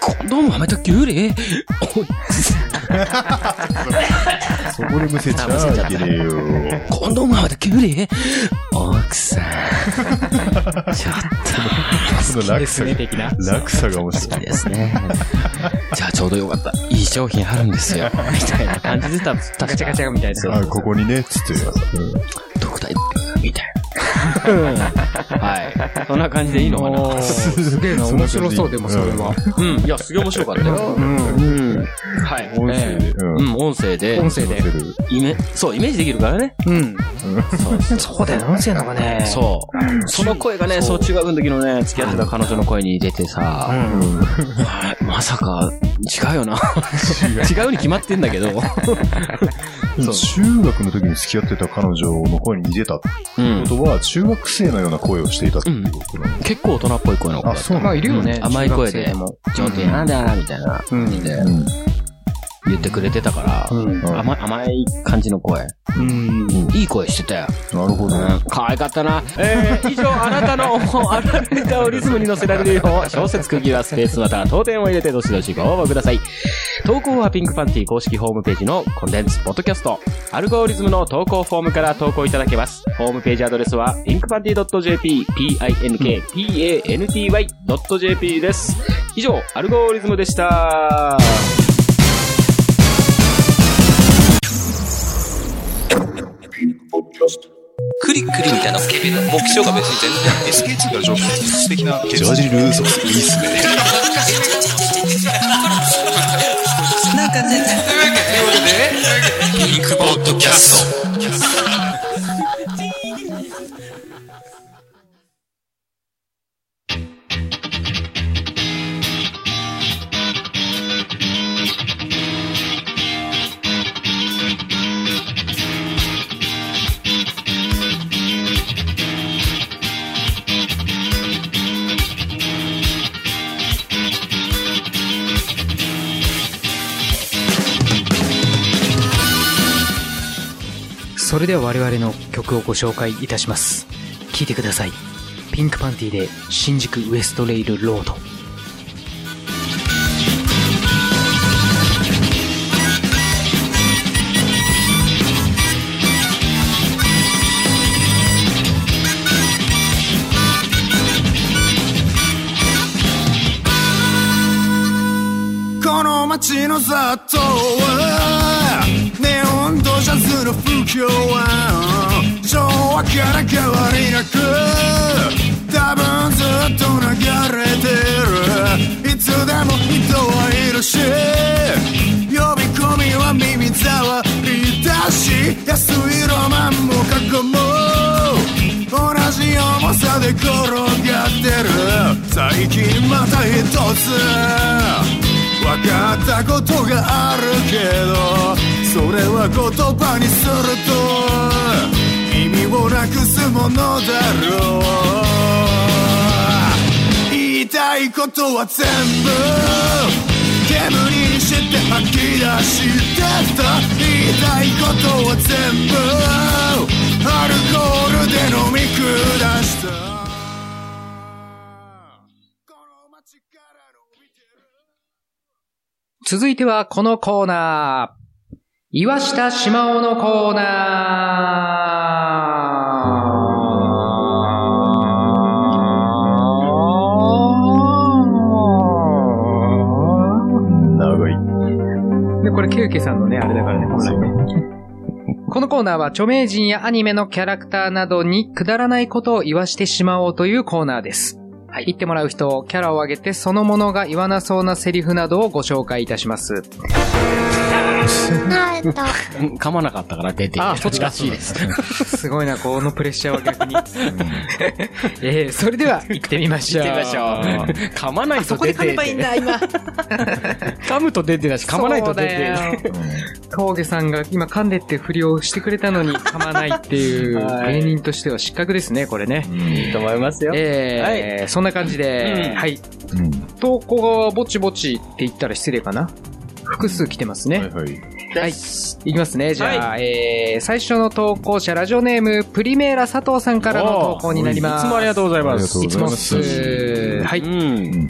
E: コンドームはめたきゅうり
C: そこでむせちゃいけねえよ。
E: コンドームはめたきゅうり奥さん。ちょっ
C: その落差が、落差が面白い。
E: とですね。 じゃあちょうどよかった。いい商品あるんですよ。みたいな感じでた、確か
D: ガチャガチャみたい
C: あ、
D: な。
C: ここにね、つって。
E: 特大みたいな。はい。そんな感じでいいのかな
D: おーすげえな、面白そう、でもそれは。
E: うん。いや、すげえ面白かったよ。
D: うん。
E: うん。はい。
C: 音声で
E: ね
C: う
E: うんん、音声で。
D: 音声で。
C: る。
E: イメ、そう、イメージできるからね。
D: うん。
E: そうそ
D: そうだよ、音声のがね。
E: そう。その声がね、そう、中学の時のね、付き合ってた彼女の声に出て
D: う
E: さ、
D: ん。
E: あれまさか、違うよな。違うに決まってんだけど。そう
C: 中学の時に付き合ってた彼女の声に似てたって
E: うん
C: こ。とは、中学生のような声をしていたっていうことなの
E: 結構大人っぽい声の子
C: あ、
E: だった
C: そう
D: ま
C: な
D: あ、い
C: んだ。
D: るよね。
E: 甘い声で
D: 中学生も。
E: ちょっとなんだみたいな感じで
C: うん
E: 言ってくれてたから、
D: うん。
C: うん
E: 甘い甘い感じの声。
D: うん。
E: いい声してたよ。
C: なるほど。
E: うん可愛かったな。えー、以上、あなたの思うあらネタをリズムに乗せられるよう、小説空気はスペースまたは当店を入れてどしどしご応募ください。投稿はピンクパンティ公式ホームページのコンテンツ、ポッドキャスト、アルゴリズムの投稿フォームから投稿いただけます。ホームページアドレスは、pinkpanty.jp、p-i-n-k-p-a-n-t-y.jp です。以上、アルゴリズムでした。
G: 空クリクリみたいな目標が別に全然。
H: SK2 から上級素敵な
I: ジョージ・ルーソー、いいっすね。
G: なんか全然。というわ けで、ピンクポッドキャスト。
D: それでは我々の曲をご紹介いたします聴いてくださいピンクパンティーで新宿ウエストレイルロード
J: この街の雑踏はネオンドジャズの風景は昭和から変わりなく多分ずっと流れてるいつでも人はいるし呼び込みは耳障りだし安いロマンも過去も同じ重さで転がってる最近また一つ分かったことがあるけどそれは言葉にすると意味をなくすものだろう言いたいことは全部煙にして吐き出してた言いたいことは全部アルコールで飲み下したこの街から伸びてる
D: 続いてはこのコーナー岩下しまおのコーナ
C: 長い。
D: ーで、これ、ケウケさんのね、あれだからね、本来ね。このコーナーは著名人やアニメのキャラクターなどにくだらないことを言わしてしまおうというコーナーです。はい。言ってもらう人、キャラを挙げてそのものが言わなそうなセリフなどをご紹介いたします。
K: あえっと、
E: うん噛まなかったから出て
D: あ、そっちらしいです。すごいな、このプレッシャーは逆に。 えー、それでは行ってみましょう。
E: 出ましょう。噛まないと出て。
D: だ、今。
E: 噛むと出てだし、噛まないと出て。
D: そう だよ。峠さんが今噛んでって振りをしてくれたのに噛まないっていう
E: はい
D: 芸人と しては失格ですね、これね。
E: いいと思いますよ。
D: えーそんな感じで、
E: うん
D: はい。
C: うん
D: 投稿がぼちぼちって言ったら失礼かな。複数来てますね。
C: はいはい。
D: はい。いきますね。じゃあ、えー、最初の投稿者、ラジオネーム、プリメーラ佐藤さんからの投稿になります。
E: いつもありがとうございます。
C: ありがとうございま
D: い
C: す。
D: つもは
E: う
D: い。
E: ん。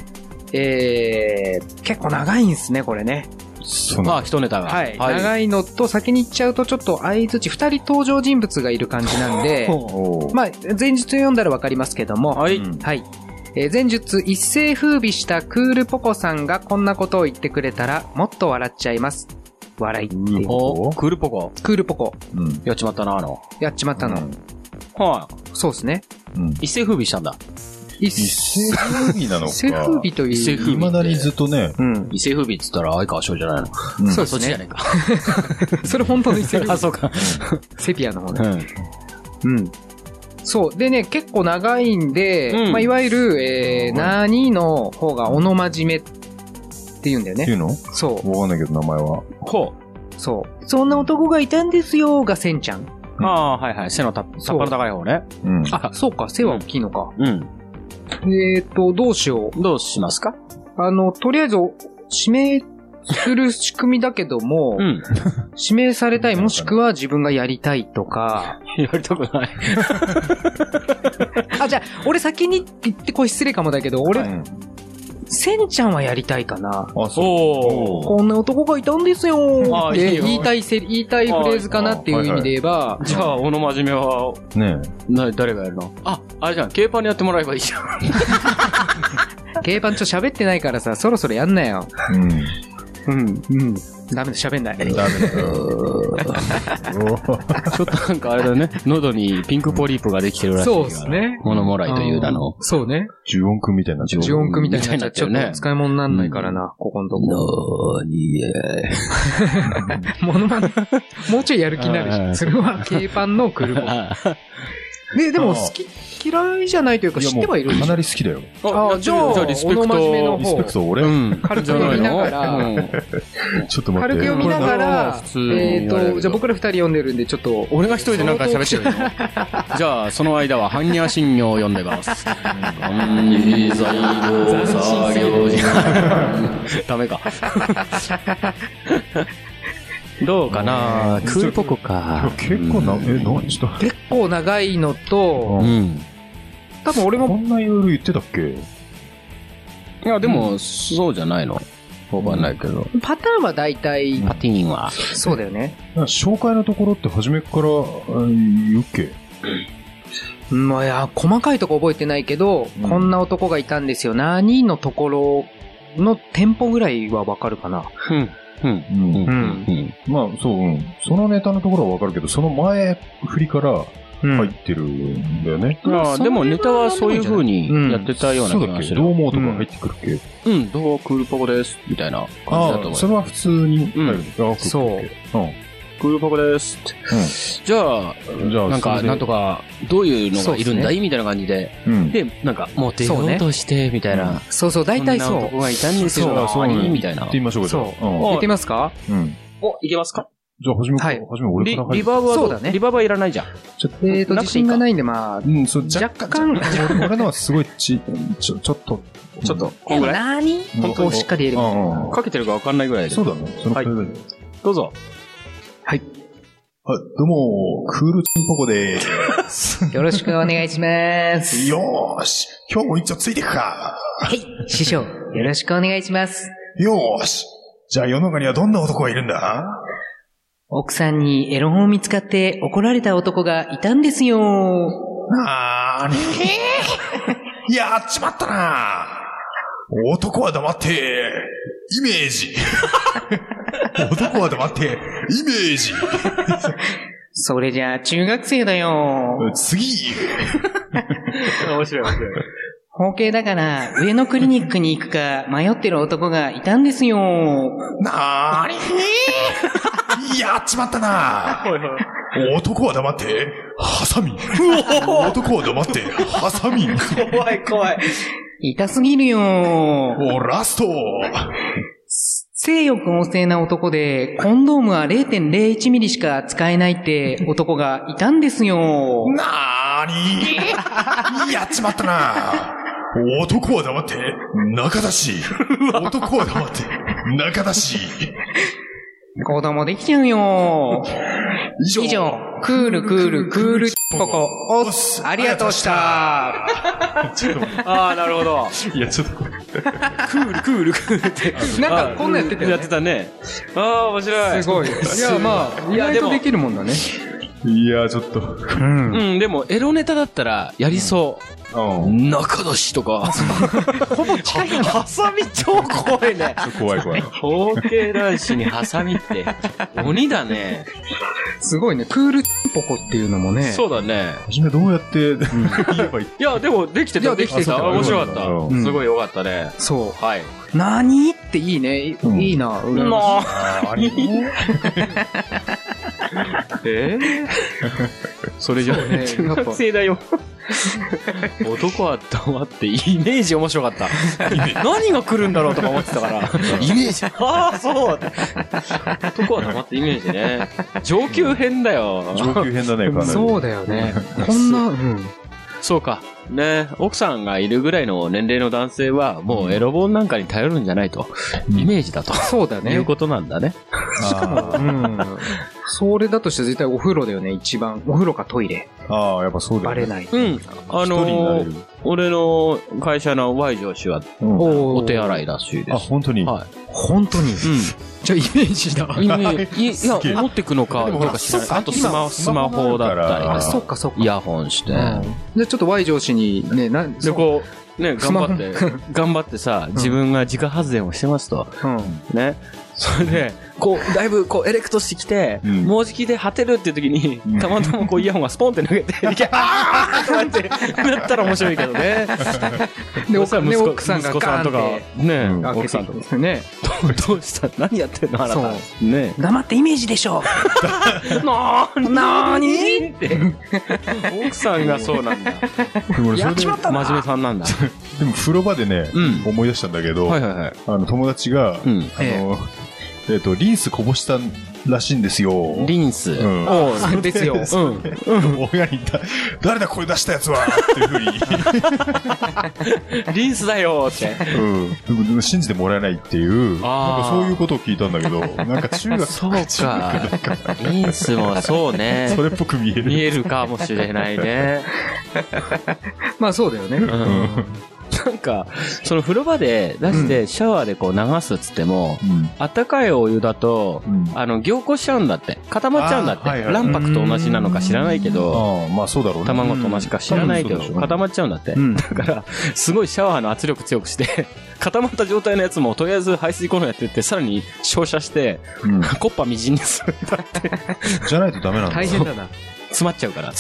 D: えー、結構長いんですね、これね。
C: そ
E: ま
C: の、
E: あ、一ネタが。
D: はい。長いのと、先に行っちゃうと、ちょっと相づち、二人登場人物がいる感じなん で、
C: おー
D: まあ、前述読んだらわかりますけども、
E: はい。
C: うん
D: はい。えー前述一世風靡したクールポコさんがこんなことを言ってくれたらもっと笑っちゃいます。笑いっていう。
E: おクールポコ。
D: クールポコ。
C: うん。
E: やっちまったな、あの。
D: やっちまったの。
E: は
D: そうですね。
C: うん。
E: い。一世風靡したんだ。
D: 一
C: 一世風靡なのか。
D: 世風靡という。
E: 一世風靡
C: いまだにずっとね、
D: うん。
E: 一世風靡っつったら相川翔じゃないの。
C: うん
D: そうです
E: そっちじゃな
D: ね。
E: いか。
D: それ本当の一世風靡。
E: そうか。
D: セピアの方
E: う
D: ね。
E: ん。
D: うん。そう。でね、結構長いんで、
E: うん
D: まあ、いわゆる、えー、何の方がおの真面目って言うんだ
C: っ
D: よ
C: てい
D: ね。
C: うの
D: そ
C: わかんないけど、名前は。
E: ほ
D: う。そう。そんな男がいたんですよ、がせんちゃん。
E: う。ああー、はいはい。背のた、さっぱの高い方ね。
C: うん。
D: あ、そうか、背は大きいのか。
E: うん。
D: えーと、どうしよう。
E: どうしますか
D: あの、とりあえず、指名する仕組みだけども、
E: ん。
D: 指名されたい、もしくは自分がやりたいとか、
E: やりたくない。
D: あ、じゃあ、俺先にって言ってこう失礼かもだけど、俺、
C: うん
D: せんちゃんはやりたいかな。
C: あ、そう。
E: おー。
D: こんな男がいたんですよ
E: あいい
D: で
E: よ
D: 言いたいせり、言いたいフレーズかなっていう意味で言えば、
E: じゃあ、小野真面目は、
C: ね
E: な、誰がやるのあ、あれじゃん。ケーパーにやってもらえばいいじゃん。
D: 競馬ちょ喋ってないからさ、そろそろやんなよ。
C: え。うん。
D: うん、うん。ダメだ、喋んない。
C: ダメだよ。
E: ちょっとなんかあれだね、喉にピンクポリープができてるらしいか
D: そ
E: ら。
D: うですね
E: 物もらいという名の。
D: そうね。
C: 十音くんみたいになっちゃう。
D: ジオンクみたいになっちゃって、ちょ
E: みたい
D: っ
E: になっちゃうね
D: と使い物になんないからな、ここのとこ。
E: のーに
D: モノマネ、 もうちょいやる気になる
E: はいは
D: し、
E: い
D: それは軽パンの車。ね、でも好き、嫌いじゃないというか知ってはいる
C: か
D: でし
C: な
D: ょ。
C: り好きだよ。リ
D: あじゃあ
E: リスペク
D: おの真面目の
E: ト
D: 方。
C: スペクト、俺、
E: うん。
D: 軽く
E: じゃ
D: 読
E: ない
D: みながら
E: のう
C: ち
E: ん
C: ょっと待っ
D: 軽
C: て。
D: く読みながら
E: 普、通に
D: えっ
E: 言われる
D: と、じゃあ僕ら二人読んでるんで、ちょっと、
E: 俺が一人でなんか喋ってるよ。 じゃあ、その間は、般若心経を読んでます。 般若材料作業時間。 ダメか。どうかな空っぽこか。
C: 結構な、え、な、ちょっ
D: 結構長いのと、
E: うん。
D: 多分俺
C: と、こ
D: も、
C: んな夜言ってたっけ
E: いや、でも、そうじゃないの。わかんないけど。
D: パターンは大体、
E: パティーンは。
D: そうだよね。
C: なんか紹介のところって初めからあ言うっけ
D: うんまあ、いや、細かいとこ覚えてないけど、
C: うん
D: こんな男がいたんですよ。何のところのテンポぐらいはわかるかな。
E: うん。う
C: う
E: ん。
C: ん
E: うん。
D: ん
E: うん。
C: まあ、そう、うん。そのネタのところはわかるけど、その前振りから
D: うん
C: 入ってるんだよね。
E: まあ、でもネタはそういう風
D: うん
E: にやってたような
C: そう
E: 気
C: だっ
E: がす
C: け
E: る。
C: どう思うとか入ってくるっけ、
E: うん、どうクールポコです。みたいな感じだと
C: あ
E: 思
C: あ、
E: う
C: そ。れは普通に入る。ああ
D: そう。
E: クールポコです。じゃあ、
C: うんじゃあ、
E: なんか、
C: それで
E: なんとか、どういうのがいるん
D: そう
E: だ
D: で
E: い、みたいな感じで。
C: うん。
E: で、なんか、もう出ようとして、みたいな。
D: そうそう、大体
E: こんな
D: そ
E: 男がいたんですよ、
C: そうそう
E: にみたいな
C: 行って。みましょうか、じゃあ。
D: そ
C: うん
D: う。いってみますか
C: うん。
E: お、いけますか
C: じゃあ、はじめ、
D: は
C: はいじめ俺
E: リ
C: から入る。
E: リバーブはど
D: そうだね
E: リバーブはいらないじゃん。
C: ちょっ
D: えっと、
E: なくてい
D: 自
E: いか
D: 信がないんで、まあ、
C: うん、そう、若
D: 若干、
C: 干、俺俺のはすごいち、ちょ、ちょっと、
E: ちょっと、こ
D: で
E: ん
D: も
E: ぐらい。
D: 何
C: 本当
D: を
C: に
D: しっかり入れる。
C: ああ
E: かけてるかわかんないぐらいで。
C: そうだね。そのくらいだね
E: どうぞ。
C: はい、どうも、クールチンポコでーす。
D: よろしくお願いします。
C: よーし、今日も一応ついてくか。
D: はい、師匠、よろしくお願いします。
C: よーし、じゃあ世の中にはどんな男がいるんだ
D: 奥さんにエロ本を見つかって怒られた男がいたんですよ。
C: なーにーやっちまったな男は黙って、イメージ。 男は黙って、イメージ。
D: それじゃあ中学生だよ。
C: 次。
D: 包茎だから上のクリニックに行くか迷ってる男がいたんですよ。
C: なーにーやっちまったな男は黙って、ハサミ。男は黙って、ハサミ。
D: 痛すぎるよ。
C: お、ラスト。
D: 性欲旺盛な男でコンドームは0.01ミリしか使えないって男がいたんですよ。
C: なーにやっちまったな男は黙って、中だし。男は黙って、中だし。
D: 子供できちゃうよ。以上、クールクールクールポコ、おっす、ありがとうした。
E: ああ、なるほど。
C: いや、ちょっとこれ、
E: クール、クール、クールって。
D: なんかこんなんやってたよね
E: やってたね。ああ、面白い。
D: すごい。いや、まあ、意
E: や
D: 外
E: で
D: と
E: も
D: できるもんだね。
C: いや、ちょっと。
E: うん、でも、エロネタだったら、やりそう。
C: うん。
E: 中出しとか。ほぼ近いな。ハサミ超怖いね。
C: 怖い怖い。
E: 包茎男子にハサミって、鬼だね。
D: すごいね。クールポコっていうのもね。
E: そうだね。
C: 初めどうやって、言えばいい
E: いや、でも、できて
D: いや
E: た、できて
D: できて
E: た。
D: た
E: 面白か
C: う
E: っ
D: ん
E: た。すごい良かったね。
D: そ
E: はい。
D: う。なにっていいね。い
C: うん
D: いいな。う
C: あれ
E: えーそれじゃ、
D: ね
E: 中
D: やっぱ
E: 学生だよ。男は黙って、イメージ面白か った。何が来るんだろうとか思ってたから。イメージ。ああ、そう男は黙ってイメージね。上級編だよ。
C: 上級編だね、かなり。
D: そうだ よね。こんな、うん。
E: そうか。ね奥さんがいるぐらいの年齢の男性は、もうエロ本なんかに頼るんじゃないと。イメージだと。
D: そうだ
E: い
D: ね
E: う。ことなんだね。
D: しかも、うん。それだとしたら絶対お風呂だよね、一番。お風呂かトイレ。
C: ああ、やっぱそうだ
D: バ
C: よね
D: レない。
E: うん。あ
C: 一人になれ
E: の
C: る
E: ー、俺の会社の Y 上司は
C: うん
E: お手洗いらしいで
C: あ、
E: す。
C: 本当に。
E: は
D: 本当に。
E: う
D: じゃあイメージだ。
E: ん。イメ ージ、い
C: すげえ
E: や、持ってくのか、
C: で
E: と
C: もほら
E: か知らない。
C: そっか
E: あとスマ
C: 今
E: スマホだったり
C: あ
D: あ、
E: ね
D: そっかそっか。
E: イヤホンして。
D: じゃあちょっと Y 上司にね、な、
E: で、こう、ね、
D: ス
E: 頑
D: マホ
E: 張って、頑張ってさ、自分が自家発電をしてますと。
D: うん。
E: ね。それで、こう、だいぶ、こう、エレクトしてきて、
C: うん
E: もうじきで果てるっていう時に、たまたまこう、イヤホンがスポンって投げ て、いけ、あーとかって、なったら面白いけど ね。
D: で、
E: そ
D: お
E: したら
D: ね
E: 息子
D: 奥さんが
E: 息
D: ガ
E: 子さ
D: ー
E: ん
D: ン
E: とか
D: って、
E: ね、
D: 開け
E: 奥
D: て
E: さ
D: き
E: んと
D: て
E: か
D: で。すね。
E: どうした 何やってんのあな
D: そう
E: た。ね
D: 黙ってイメージでし ょ
E: なーに
D: なーに
E: って。奥さんがそうなんだ。
C: でも俺それでも
E: 真面目さんなんだ。
C: でも風呂場でね、
E: うん
C: 思い出したんだけど、
E: はいはいはい。
C: あの友達が、
E: うん。
C: あの、えっ、と、リンスこぼしたらしいんですよ。
E: リンス。
C: う
E: うん。
C: ん。
D: う。そう ですよ。
E: うん。
C: 親にだ、誰だこれ出したやつはっていうふうに、
E: リンスだよーって。
C: うんでも。でも 信じてもらえないっていう、な
E: あー
C: んかそういうことを聞いたんだけど、なんか中学
E: そう
C: 中学
E: か。リンスもそうね
C: そ。れっぽく見える。
E: 見えるかもしれないね。
D: まあそうだよね。
E: うんなんか、その風呂場で出してシャワーでこう流すっつっても、
C: うん。
E: あったかいお湯だと、
C: うん。あ
E: あの、凝固しちゃうんだって。固まっちゃうんだって。
C: あーはいはい
E: 卵白と同じなのか知らないけど、
C: あ、まあそうだろうね。
E: 卵と同じか知らないけど、
C: うん
E: 固まっちゃうんだって。
C: ん
E: だから、すごいシャワーの圧力強くして、 固まった状態のやつも、とりあえず排水口のやってって、さらに照射して、
C: うん
E: コッパみじんにするんだって。
C: じゃないとダメなんだ。
D: 大変だな。
E: 詰まっちゃうから。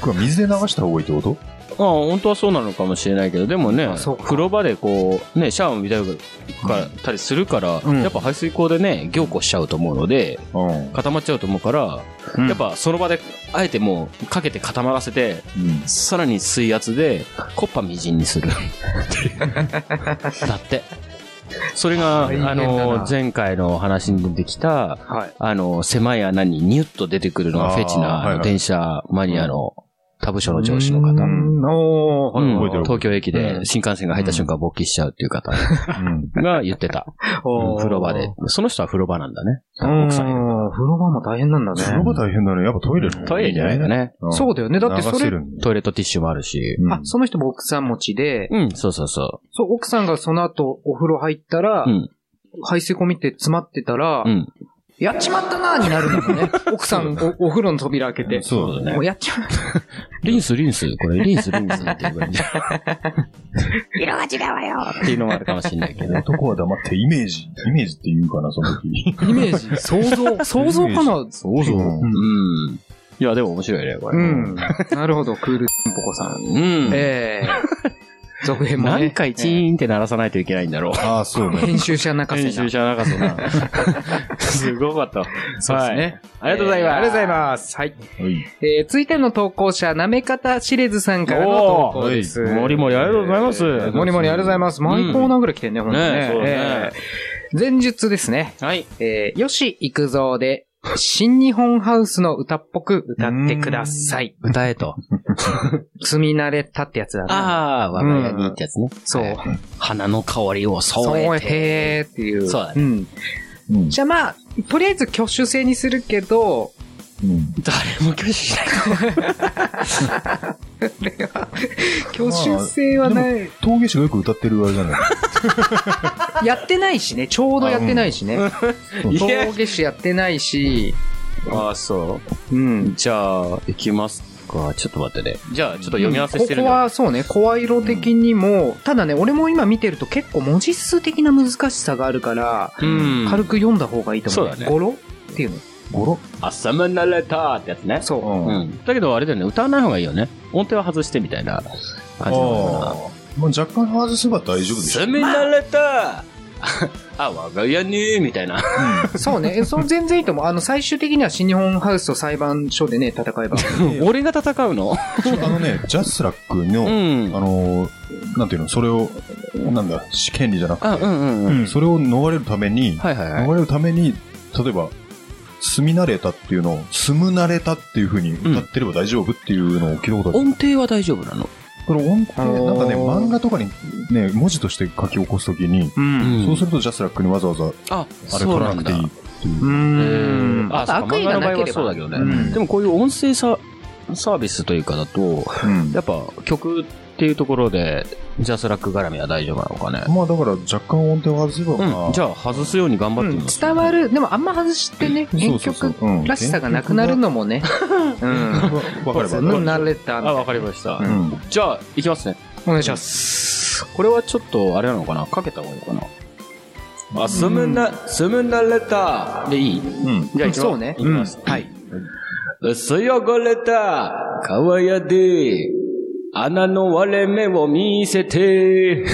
C: これは水で流した方がいいってこと
E: ああ、本当はそうなのかもしれないけど、でもね、
D: そうか
E: 風呂場でこう、ね、シャワーみたいなたりするから、
D: うん
E: やっぱ排水口でね、凝固しちゃうと思うので、
C: うん。
E: 固まっちゃうと思うから、
D: うん
E: やっぱその場で、あえてもう、かけて固まらせて、
C: うん。
E: さらに水圧で、コッパみじん にする。だって。それが、
D: 大変だな
E: あの、前回のお話に出てきた、
D: はい。
E: あの、狭い穴にニュッと出てくるのがフェチ
C: あーはい
E: な、
C: はい
E: 電車マニアの、他部署の上司の方。
D: うんおー
E: うん
C: 覚えてる
E: 東京駅で
C: うん
E: 新幹線が入った瞬間勃起しちゃうっていう方
C: うん。
E: が言ってた。
D: おー
E: 風呂場で。 その人は風呂場なんだね。
D: うん
E: 奥さんいる
D: 風呂場も大変なんだ
C: その
D: ね。
C: 場大変だね。やっぱトイレの方
E: トイレじゃないんだ。ね。
C: ん
D: そうだよね。だってそ
C: 流せ
D: れ、
C: るんだ
E: トイレットティッシュもあるし。
C: うん
D: あ、その人も奥さん持ちで、
E: うん、そうそうそ
D: そう、奥さんがその後お風呂入ったら
E: う。う、ん。
D: 排水口見て詰まってたら
E: う、ん。
D: やっちまったなーになるんだもんね。 奥さんおお風呂の扉開けて。
C: そうだね。
D: もうやっちまっ
E: リンス、リンス。これ、リンス、リンスって言えばいいんだ。 色が違うわよ。っていうのもあるかもしれないけど。
C: 男は黙ってイメージ、イメージって言うかな、その 時。
D: たイメージ、想像、想像かな
E: そう そううん。いや、でも面白いね、これ。
D: うん。なるほど、クールポコさん。
E: うん。
D: ええ続編もね。
E: 何回チ
D: え
E: ーンって鳴らさないといけないんだろう。
C: ああ、そう
D: え
C: ね。
D: 編集者泣かせな。
E: 編集者泣かせな。 すごかった。
D: そうですね、
E: はい。ありがとうご
D: ええあ
E: ざいます。
D: りがとうございます。はい。
C: はい。
D: えー、続いての投稿者、なめかたしれずさんからの投稿です。
E: おーはいもりもりありがとうございます
D: えーもりもりありがとうございます。毎コーナーぐらい来てんね、ほんとね。
E: ねえそうね
D: えー前述ですね。
E: はい。
D: えー、よし、行くぞーで、新日本ハウスの歌っぽく歌ってください。
E: 歌えと。
D: 積み慣れたってやつだな。
E: ああ、我が家にってやつね。
D: そう。
E: 花の香りを 添
D: そう
E: え
D: え
E: て。
D: てーっていう。
E: そうだ
D: ね。ん。
C: うん。
D: じゃあまあ、とりあえず挙手制にするけど、
C: うん
E: 誰も拒否しない。
D: 挙手制はない。
C: 陶芸師がよく歌ってるあれじゃない
D: やってないしね、ちょうどやってないしね。
C: うん
D: 陶芸師やってないし、
E: ああ、そう。
D: うん。
E: じゃあ、行きますか。ちょっと待ってね。じゃあ、ちょっと読み合わせ
D: こ
E: してる
D: こ
E: んだ。
D: はそうね、声色的にも、ただね、俺も今見てると結構文字数的な難しさがあるから、
E: うん
D: 軽く読んだ方がいいと思う。
E: そうだね
D: 語呂っていうの。
C: ゴロ
E: 朝まなれたってやつね。
D: そうう。
E: う。ん。だけど、あれだよね。歌わない方がいいよね。音程は外してみたいな感じなのかな。
C: ああ。まあ若干外せば大丈夫でしょ
E: 朝。まなれたあ、我が家にみたいな。
D: そうね。えそう、全然いいと思う。あの、最終的には新日本ハウスと裁判所でね、戦えば。
E: 俺が戦うの
C: あのね、ジャスラック
E: う
C: の、あ
E: ん。
C: のー、なんていうの、それを、なんだ、試験理じゃなく
E: あ、うんうんうん。
C: て、それを逃れるために、
E: はいはいはい。
C: 逃れるために、例えば、住み慣れたっていうのを、住む慣れたっていうふうに歌ってれば大丈夫っていうのを聞いたことある。
E: 音程は大丈夫なの
C: これ音
D: あのー
C: 程、なんかね、漫画とかにね、文字として書き起こすときに、
D: うん。
C: そうするとジャスラックにわざわざ
E: あ、
C: あれ取らなくていい。
D: うーん。
E: あ、そうか
D: 悪意がな
E: 漫画の場
D: け
E: 合
D: れ
E: は
D: ば。
E: そうだけどね。
C: うん
E: でもこういう音声ササービスというかだと、
C: うん
E: やっぱ曲っていうところで、ジャスラック絡みは大丈夫なのかね。
C: まあだから若干音程を外せば、ま
E: う
C: あ
E: ん。じゃあ外すように頑張ってみ
D: うん
E: ます。
D: 伝わる、でもあんま外してね、原曲らしさがなくなるのもね。うん。
C: わわかれば
D: その慣れた。
E: あ、
D: お
E: わかりました
C: う。ん
E: じゃあ、いきますね。
D: 願いします。
E: これはちょっと、あれなのかなかけた方がいいのかなあ、スムナ、スムナレターでいい
C: うん。
E: じゃあ行きます。
D: そうね
E: 行きます。はい。薄汚れた川屋で、穴の割れ目を見 せて、優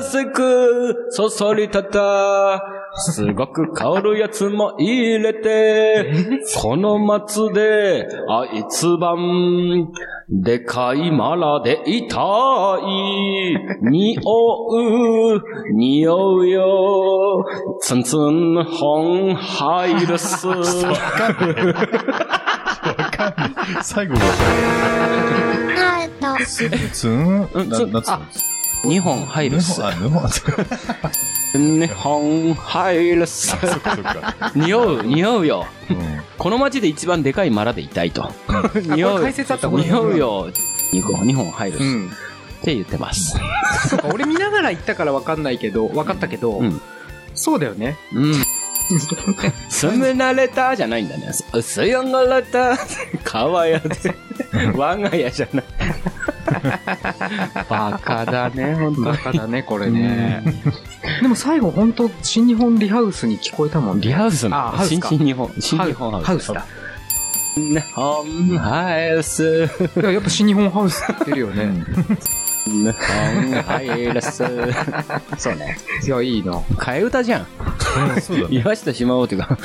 E: しくそそり立た、すごく香るやつも入れて、この松で、あいつ晩、でかいマラでいたい。匂う、匂うよ。ツンツン、本入るす。
C: 最後が、 つん、
E: うん
C: な
E: つん
C: なんつう
E: あ 二本入るっす
C: の。あ、ぬほ、あ、そっか
E: 日本入るっす。
C: そっかそっか。
E: 匂う、匂うよ。
C: うん
E: この街で一番でかいマラでいたいと。匂
D: これ
E: う
D: 解、説あったこれ
E: 匂うよ。二本、二本入るっす。
D: う
E: っ
D: ん。
E: て言ってます。
D: そうか、俺見ながら行ったから分かんないけど、分かったけど、
E: うん
D: そうだよね。
E: うん。住め慣れたじゃないんだね。薄汚れた川屋 で、我が家じゃない。 バカだね、ほんと。
D: バカだね、これね。でも最後、本当新日本リハウスに聞こえたもんね。
E: リハウス
D: あ
E: の
D: ハウス
E: 新
D: か
E: 新日本、新日本
D: ハ
E: ハウ
D: ウスだ。
E: ス。日本ハウス。
D: いややっぱ新日本ハウスって言ってるよね。
E: 日本ハウス。そうね。
D: いや、いいな。
E: 替え歌じゃん。
C: そうだね。
E: 言わしてしまおうというか、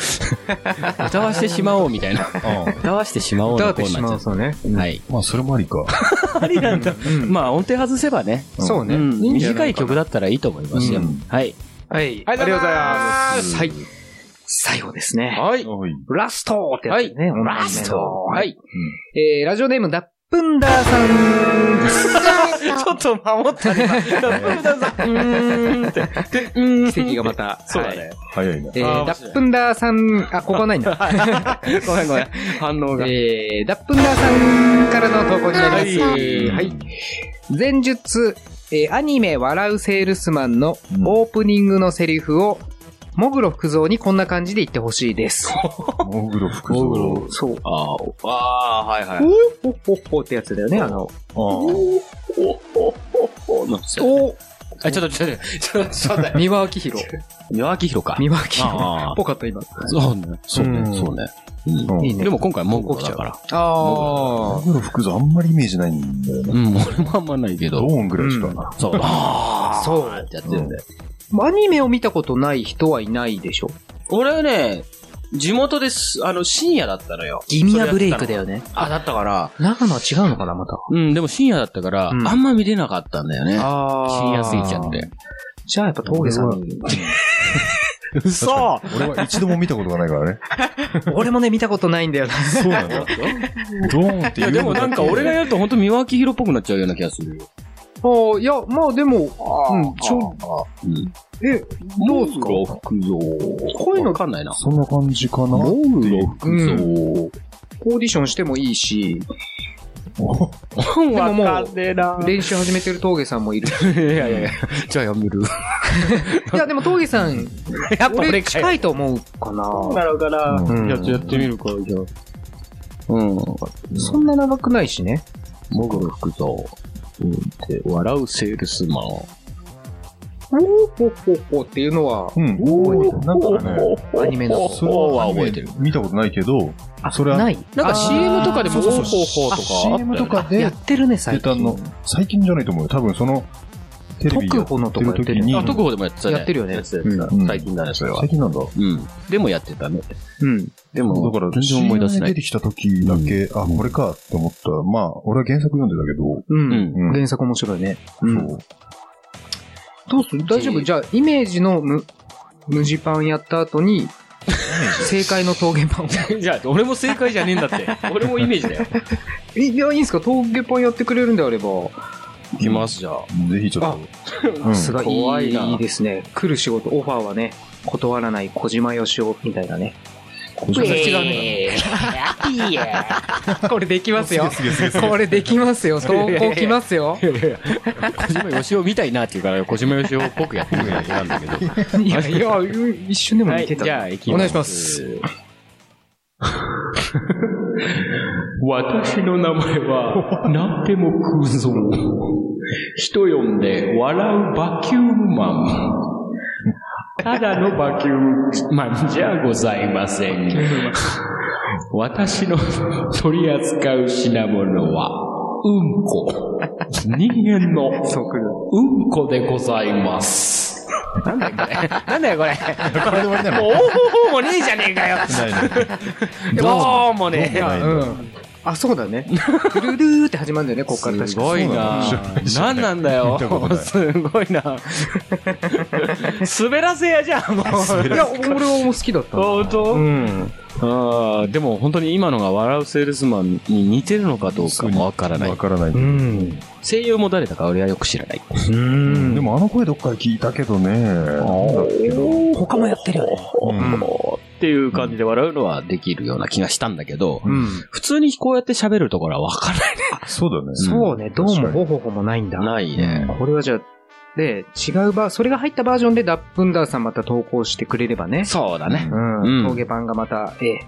E: 歌わしてしまおうみたいな。
C: う
E: 歌わしてしまおう
D: 歌
E: の
D: ってしまうそうね。
E: う。はい。
C: んまあ、それもありか。
E: ありなんだ。
D: うん
E: まあ音程外せばね。
D: そうね。
E: うん
D: いいんじゃな
E: 短
D: い
E: い
D: かな
E: 曲だったらいいと思いますよ。
C: うん
E: はい。
D: はい。
E: ありがとう
D: ありが
E: ございます
D: とうございますはい。最後ですね。
E: はい。
C: おい。
D: ラストってやつね。はい、ラスト。
E: は。い。
D: えー、ラジオネーム、ダップンダーさん。
E: ちょっと守ったね。うーんって。
D: 奇跡がまた。
E: そうだね。
C: 早いな。
D: え
E: あー
D: ー、ダップンダーさん、あ、ここはないん だ。
E: ごめんごめん。反応 が。
D: えー、ダップンダーさんからの投稿になります。
E: はい
D: はい。前述、えーアニメ笑うセールスマンの
C: うん
D: オープニングのセリフを、もぐろ福蔵にこんな感じで言ってほしいです。
C: モグロ服装。
D: そう。
E: あーあー、はいは
D: お
E: い。
D: ほほほってやつだよね、あの。
C: あ
D: お
E: あ、ちょっと、ちょっと、ちょっと、ちょっと。
D: 三輪明宏。
E: 三輪明宏か。
D: 三輪明宏。
E: ああ
D: ぽかった、今。
E: そうね。そうね。そうね。
C: あ。うん
D: いいね。
E: でも今回文句だから。
D: あ
C: モグロ服装あんまりイメージないんだよな。
E: うん、俺もあんまないけ
C: ド
E: ど。
C: ーンぐらいしか。
E: そう。あ
D: あ。そう。
E: ーってやってるんで。
D: アニメを見たことない人はいないでしょ。
E: 俺はね、地元です、あの、深夜だったのよ。
D: ギミアブレイクだよね。
E: あ、だったから。
D: 長野は違うのかな、また。
E: うん、でも深夜だったから、
D: うん
E: あんま見れなかったんだよね。
D: あ
E: 深夜すぎちゃって。。
D: じゃあやっぱ峠さんに。
E: 嘘
C: 俺は一度も見たことがないからね。
D: 俺もね、見たことないんだよな。
C: そうなんだ。ドーンって
E: い
C: 言
E: や、
C: う
E: でもなんか俺
C: が
E: がやると本当三輪明宏っぽくなっちゃうような気がするよ。
D: あいや、まあでも、うん、ちょ、
E: うん。
D: え、どうすか
E: モグロ福蔵。こ
D: ういうの
E: わかんないな。
C: そんな感じかな。
E: モグロ福蔵。
D: オーディションしてもいいし、
C: お
D: でももう
E: わかんねえな。
D: 練習始めてる峠さん もいる。
E: いやいやいや、じゃあやめる。
D: いや、でも峠さ ん、
E: やっぱ
D: 俺
E: 俺
D: 近
E: 近い。
D: いと思うかな。
E: なるから
C: うん
E: やっとやってみるか、じゃあ。うん。
D: そんな長くないしね。
E: モグロ福蔵。うん。で、笑うセールスマン。
D: おーほほほっていうのは、
C: うん。覚えてるなんかね。
D: アニメの。
C: それは覚えてる。見たことないけど、それは
D: ない。
E: なんか CM とかでも、
C: そうそうそう
E: ほうほうほうとかあった
C: CM とか
D: や
E: よね。
C: で
D: ってるね、最
C: 出た
D: 近。
C: の、最近じゃないと思うよ。多分その、テレビ
D: 特保のとかやってるよね
E: あ、特報でもやってたね。
D: やってるよね
E: やってたやって
C: うん
E: た最近だね、それは
C: 最。近なんだ。
E: うん。でもやってたね。
D: うん。
E: でも、
C: だから、
E: 全然思い出せ
C: CM
E: な
C: 出
E: い。
C: てきた時だけ、あ、これかって思った。まあ、俺は原作読んでたけど、
D: う。
E: うんん。
C: うん。
D: 原作面白いね。うん。
C: そう
D: どうする大丈夫じゃあ、イメージの無、無地パンやった後 に、正解の峠パン を。
E: じゃあ、俺も正解じゃねえんだって。俺もイメー ジだよ。
D: えいや、いいんすか峠パンやってくれるんであれば。
E: いきます、じゃあ。
C: ぜひちょっと。うん
D: さすがい
E: 怖
D: い
E: いな
D: ですね。来る仕事、オファーはね、断らない小島よしおみたいなね。
C: こちら
D: 違うね。 これできますよ。 これできますよ。投稿来ますよ。
E: 小島よしおみたいなって言うから、小島よしおっぽくやってくれるんだけど。
D: いや、いや、一瞬でも
E: は
D: 見
E: い、
D: てた。
E: じゃあ、行き
D: お
E: ます。
D: 願いします。。
E: 私の名前は、なんでも空蔵。人呼んで、笑うバキュームマン。ただのバキュームマンじゃございませ ん。私の取り扱う品物は、うんこ。人間の、うんこでございます。なんだよ、これ。なんだよ、これ。
C: これで終わりな
E: も
C: の
E: う、おおもねえじゃねえかよ。
C: ないない
E: どうもねえよ。
C: ない
D: うん。あ、そうだね。ルルルーって始まるんだよね、こっから確か
E: すごいな
C: そうなんだ知らな
E: 何
C: い
E: なんだよ
C: 見たことない
E: すごいな滑らせやじゃん、もう。
D: いや、俺はもう好きだったな。
E: 本当
D: うん。
E: あーでも本当に今のが笑うセールスマンに似てるのかどうかもわからない
C: わ。からない。
D: うん。
E: 声優も誰だか俺はよく知らない。
D: うん
C: でもあの声どっかで聞いたけどね。
D: 他もやってるよね。
C: うん
E: っていう感じで笑うのはできるような気がしたんだけど、
D: うん。
E: 普通にこうやって喋るところはわからない。
C: そうだね。
D: そうね、どう
C: 確か
D: も
C: に
D: ほほほもないんだ。
E: ないね。
D: これはじゃあ、で、違うバー、それが入ったバージョンでダップンダーさんまた投稿してくれればね。
E: そうだね。
D: うん。
E: うん
D: 峠版がまた、ええ。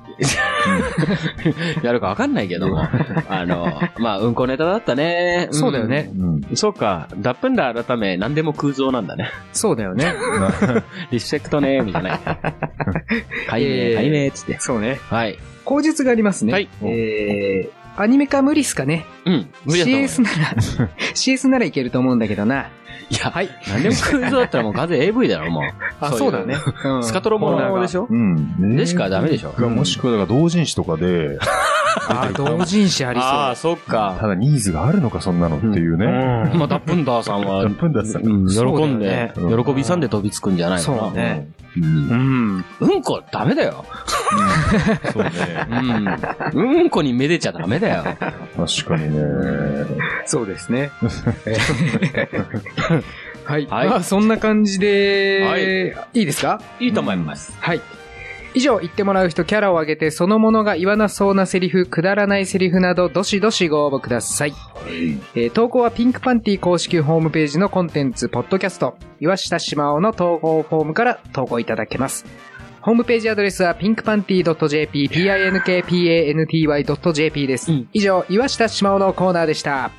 E: やるかわかんないけども。あの、まあ、うんこネタだったね。ん
D: そうだよ。ね。
C: うん。
E: そうか。ダップンダー改め、何でも空想なんだね。
D: そうだよ ね。
E: リスペクトね、みたい な。解
D: えー
E: 明、解明、つって。
D: そうね。
E: はい。
D: 口述がありますね。
E: はい
D: えー、アニメ化無理っすかね。
E: うん。無理だと思う。
D: CS なら、CS ならいけると思うんだけどな。
E: いや、はい。何でも空想だったらもう完全 AV だろ、もう。
D: あ、
E: そ
D: そう
E: いう
D: うだね。うん
E: スカトロものでしょ
C: うん。
E: でしかダメでしょ
C: がもしくは、だから同人誌とかで、
D: あ、同人誌あり
E: あ
D: そ
E: あ、そっ
C: た
E: か。
C: だニーズがあるのか、そんなのっていうね。
E: まあ、ダップンダーさんは、
C: ダップンダーさん
E: うん喜んで、
C: そうだよね
E: 喜びさんで飛びつくんじゃな
D: う。
E: いの
D: そう
E: かな。
D: ね。
E: う
D: う
E: ん
D: ん。
E: うんこ、ダメだよ。
C: そうね
E: う。ん。うんこにめでちゃダメだよ。
C: 確かにね。
D: そうです ね。はい。
E: はい
D: まあ、そんな感じで、、
E: はい
D: いですか
E: いいと思います。
D: はい。以上、言ってもらう人、キャラを上げて、そのものが言わなそうなセリフ、くだらないセリフなど、どしどしご応募ください。えー投稿はピンクパンティ公式ホームページのコンテンツ、ポッドキャスト、岩下しまおの投稿フォームから投稿いただけます。ホームページアドレスは pinkpanty.jp、pinkpanty.jp です。
E: うん
D: 以上、岩下しまおのコーナーでした。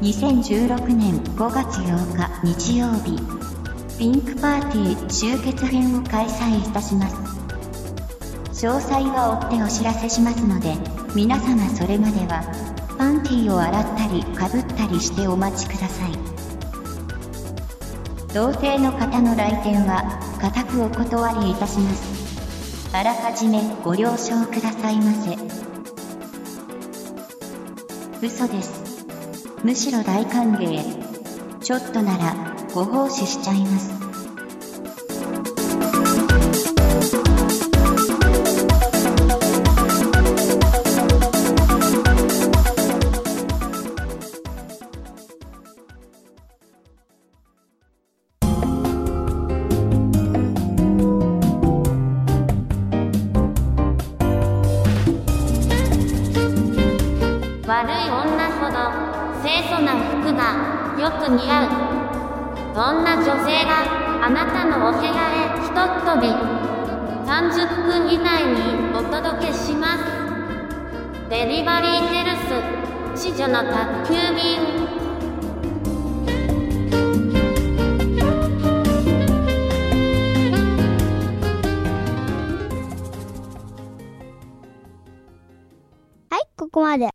K: 2016年5月8日日曜日ピンクパーティー集結編を開催いたします詳細は追ってお知らせしますので皆様それまではパンティーを洗ったりかぶったりしてお待ちください同性の方の来店は固くお断りいたしますあらかじめご了承くださいませ嘘ですむしろ大歓迎ちょっとならご奉仕しちゃいます
L: 悪い女ほど清楚な服がよく似合うどんな女性があなたのお部屋へひとっ飛び30分以内にお届けしますデリバリーヘルス子女の宅急便
K: はいここまで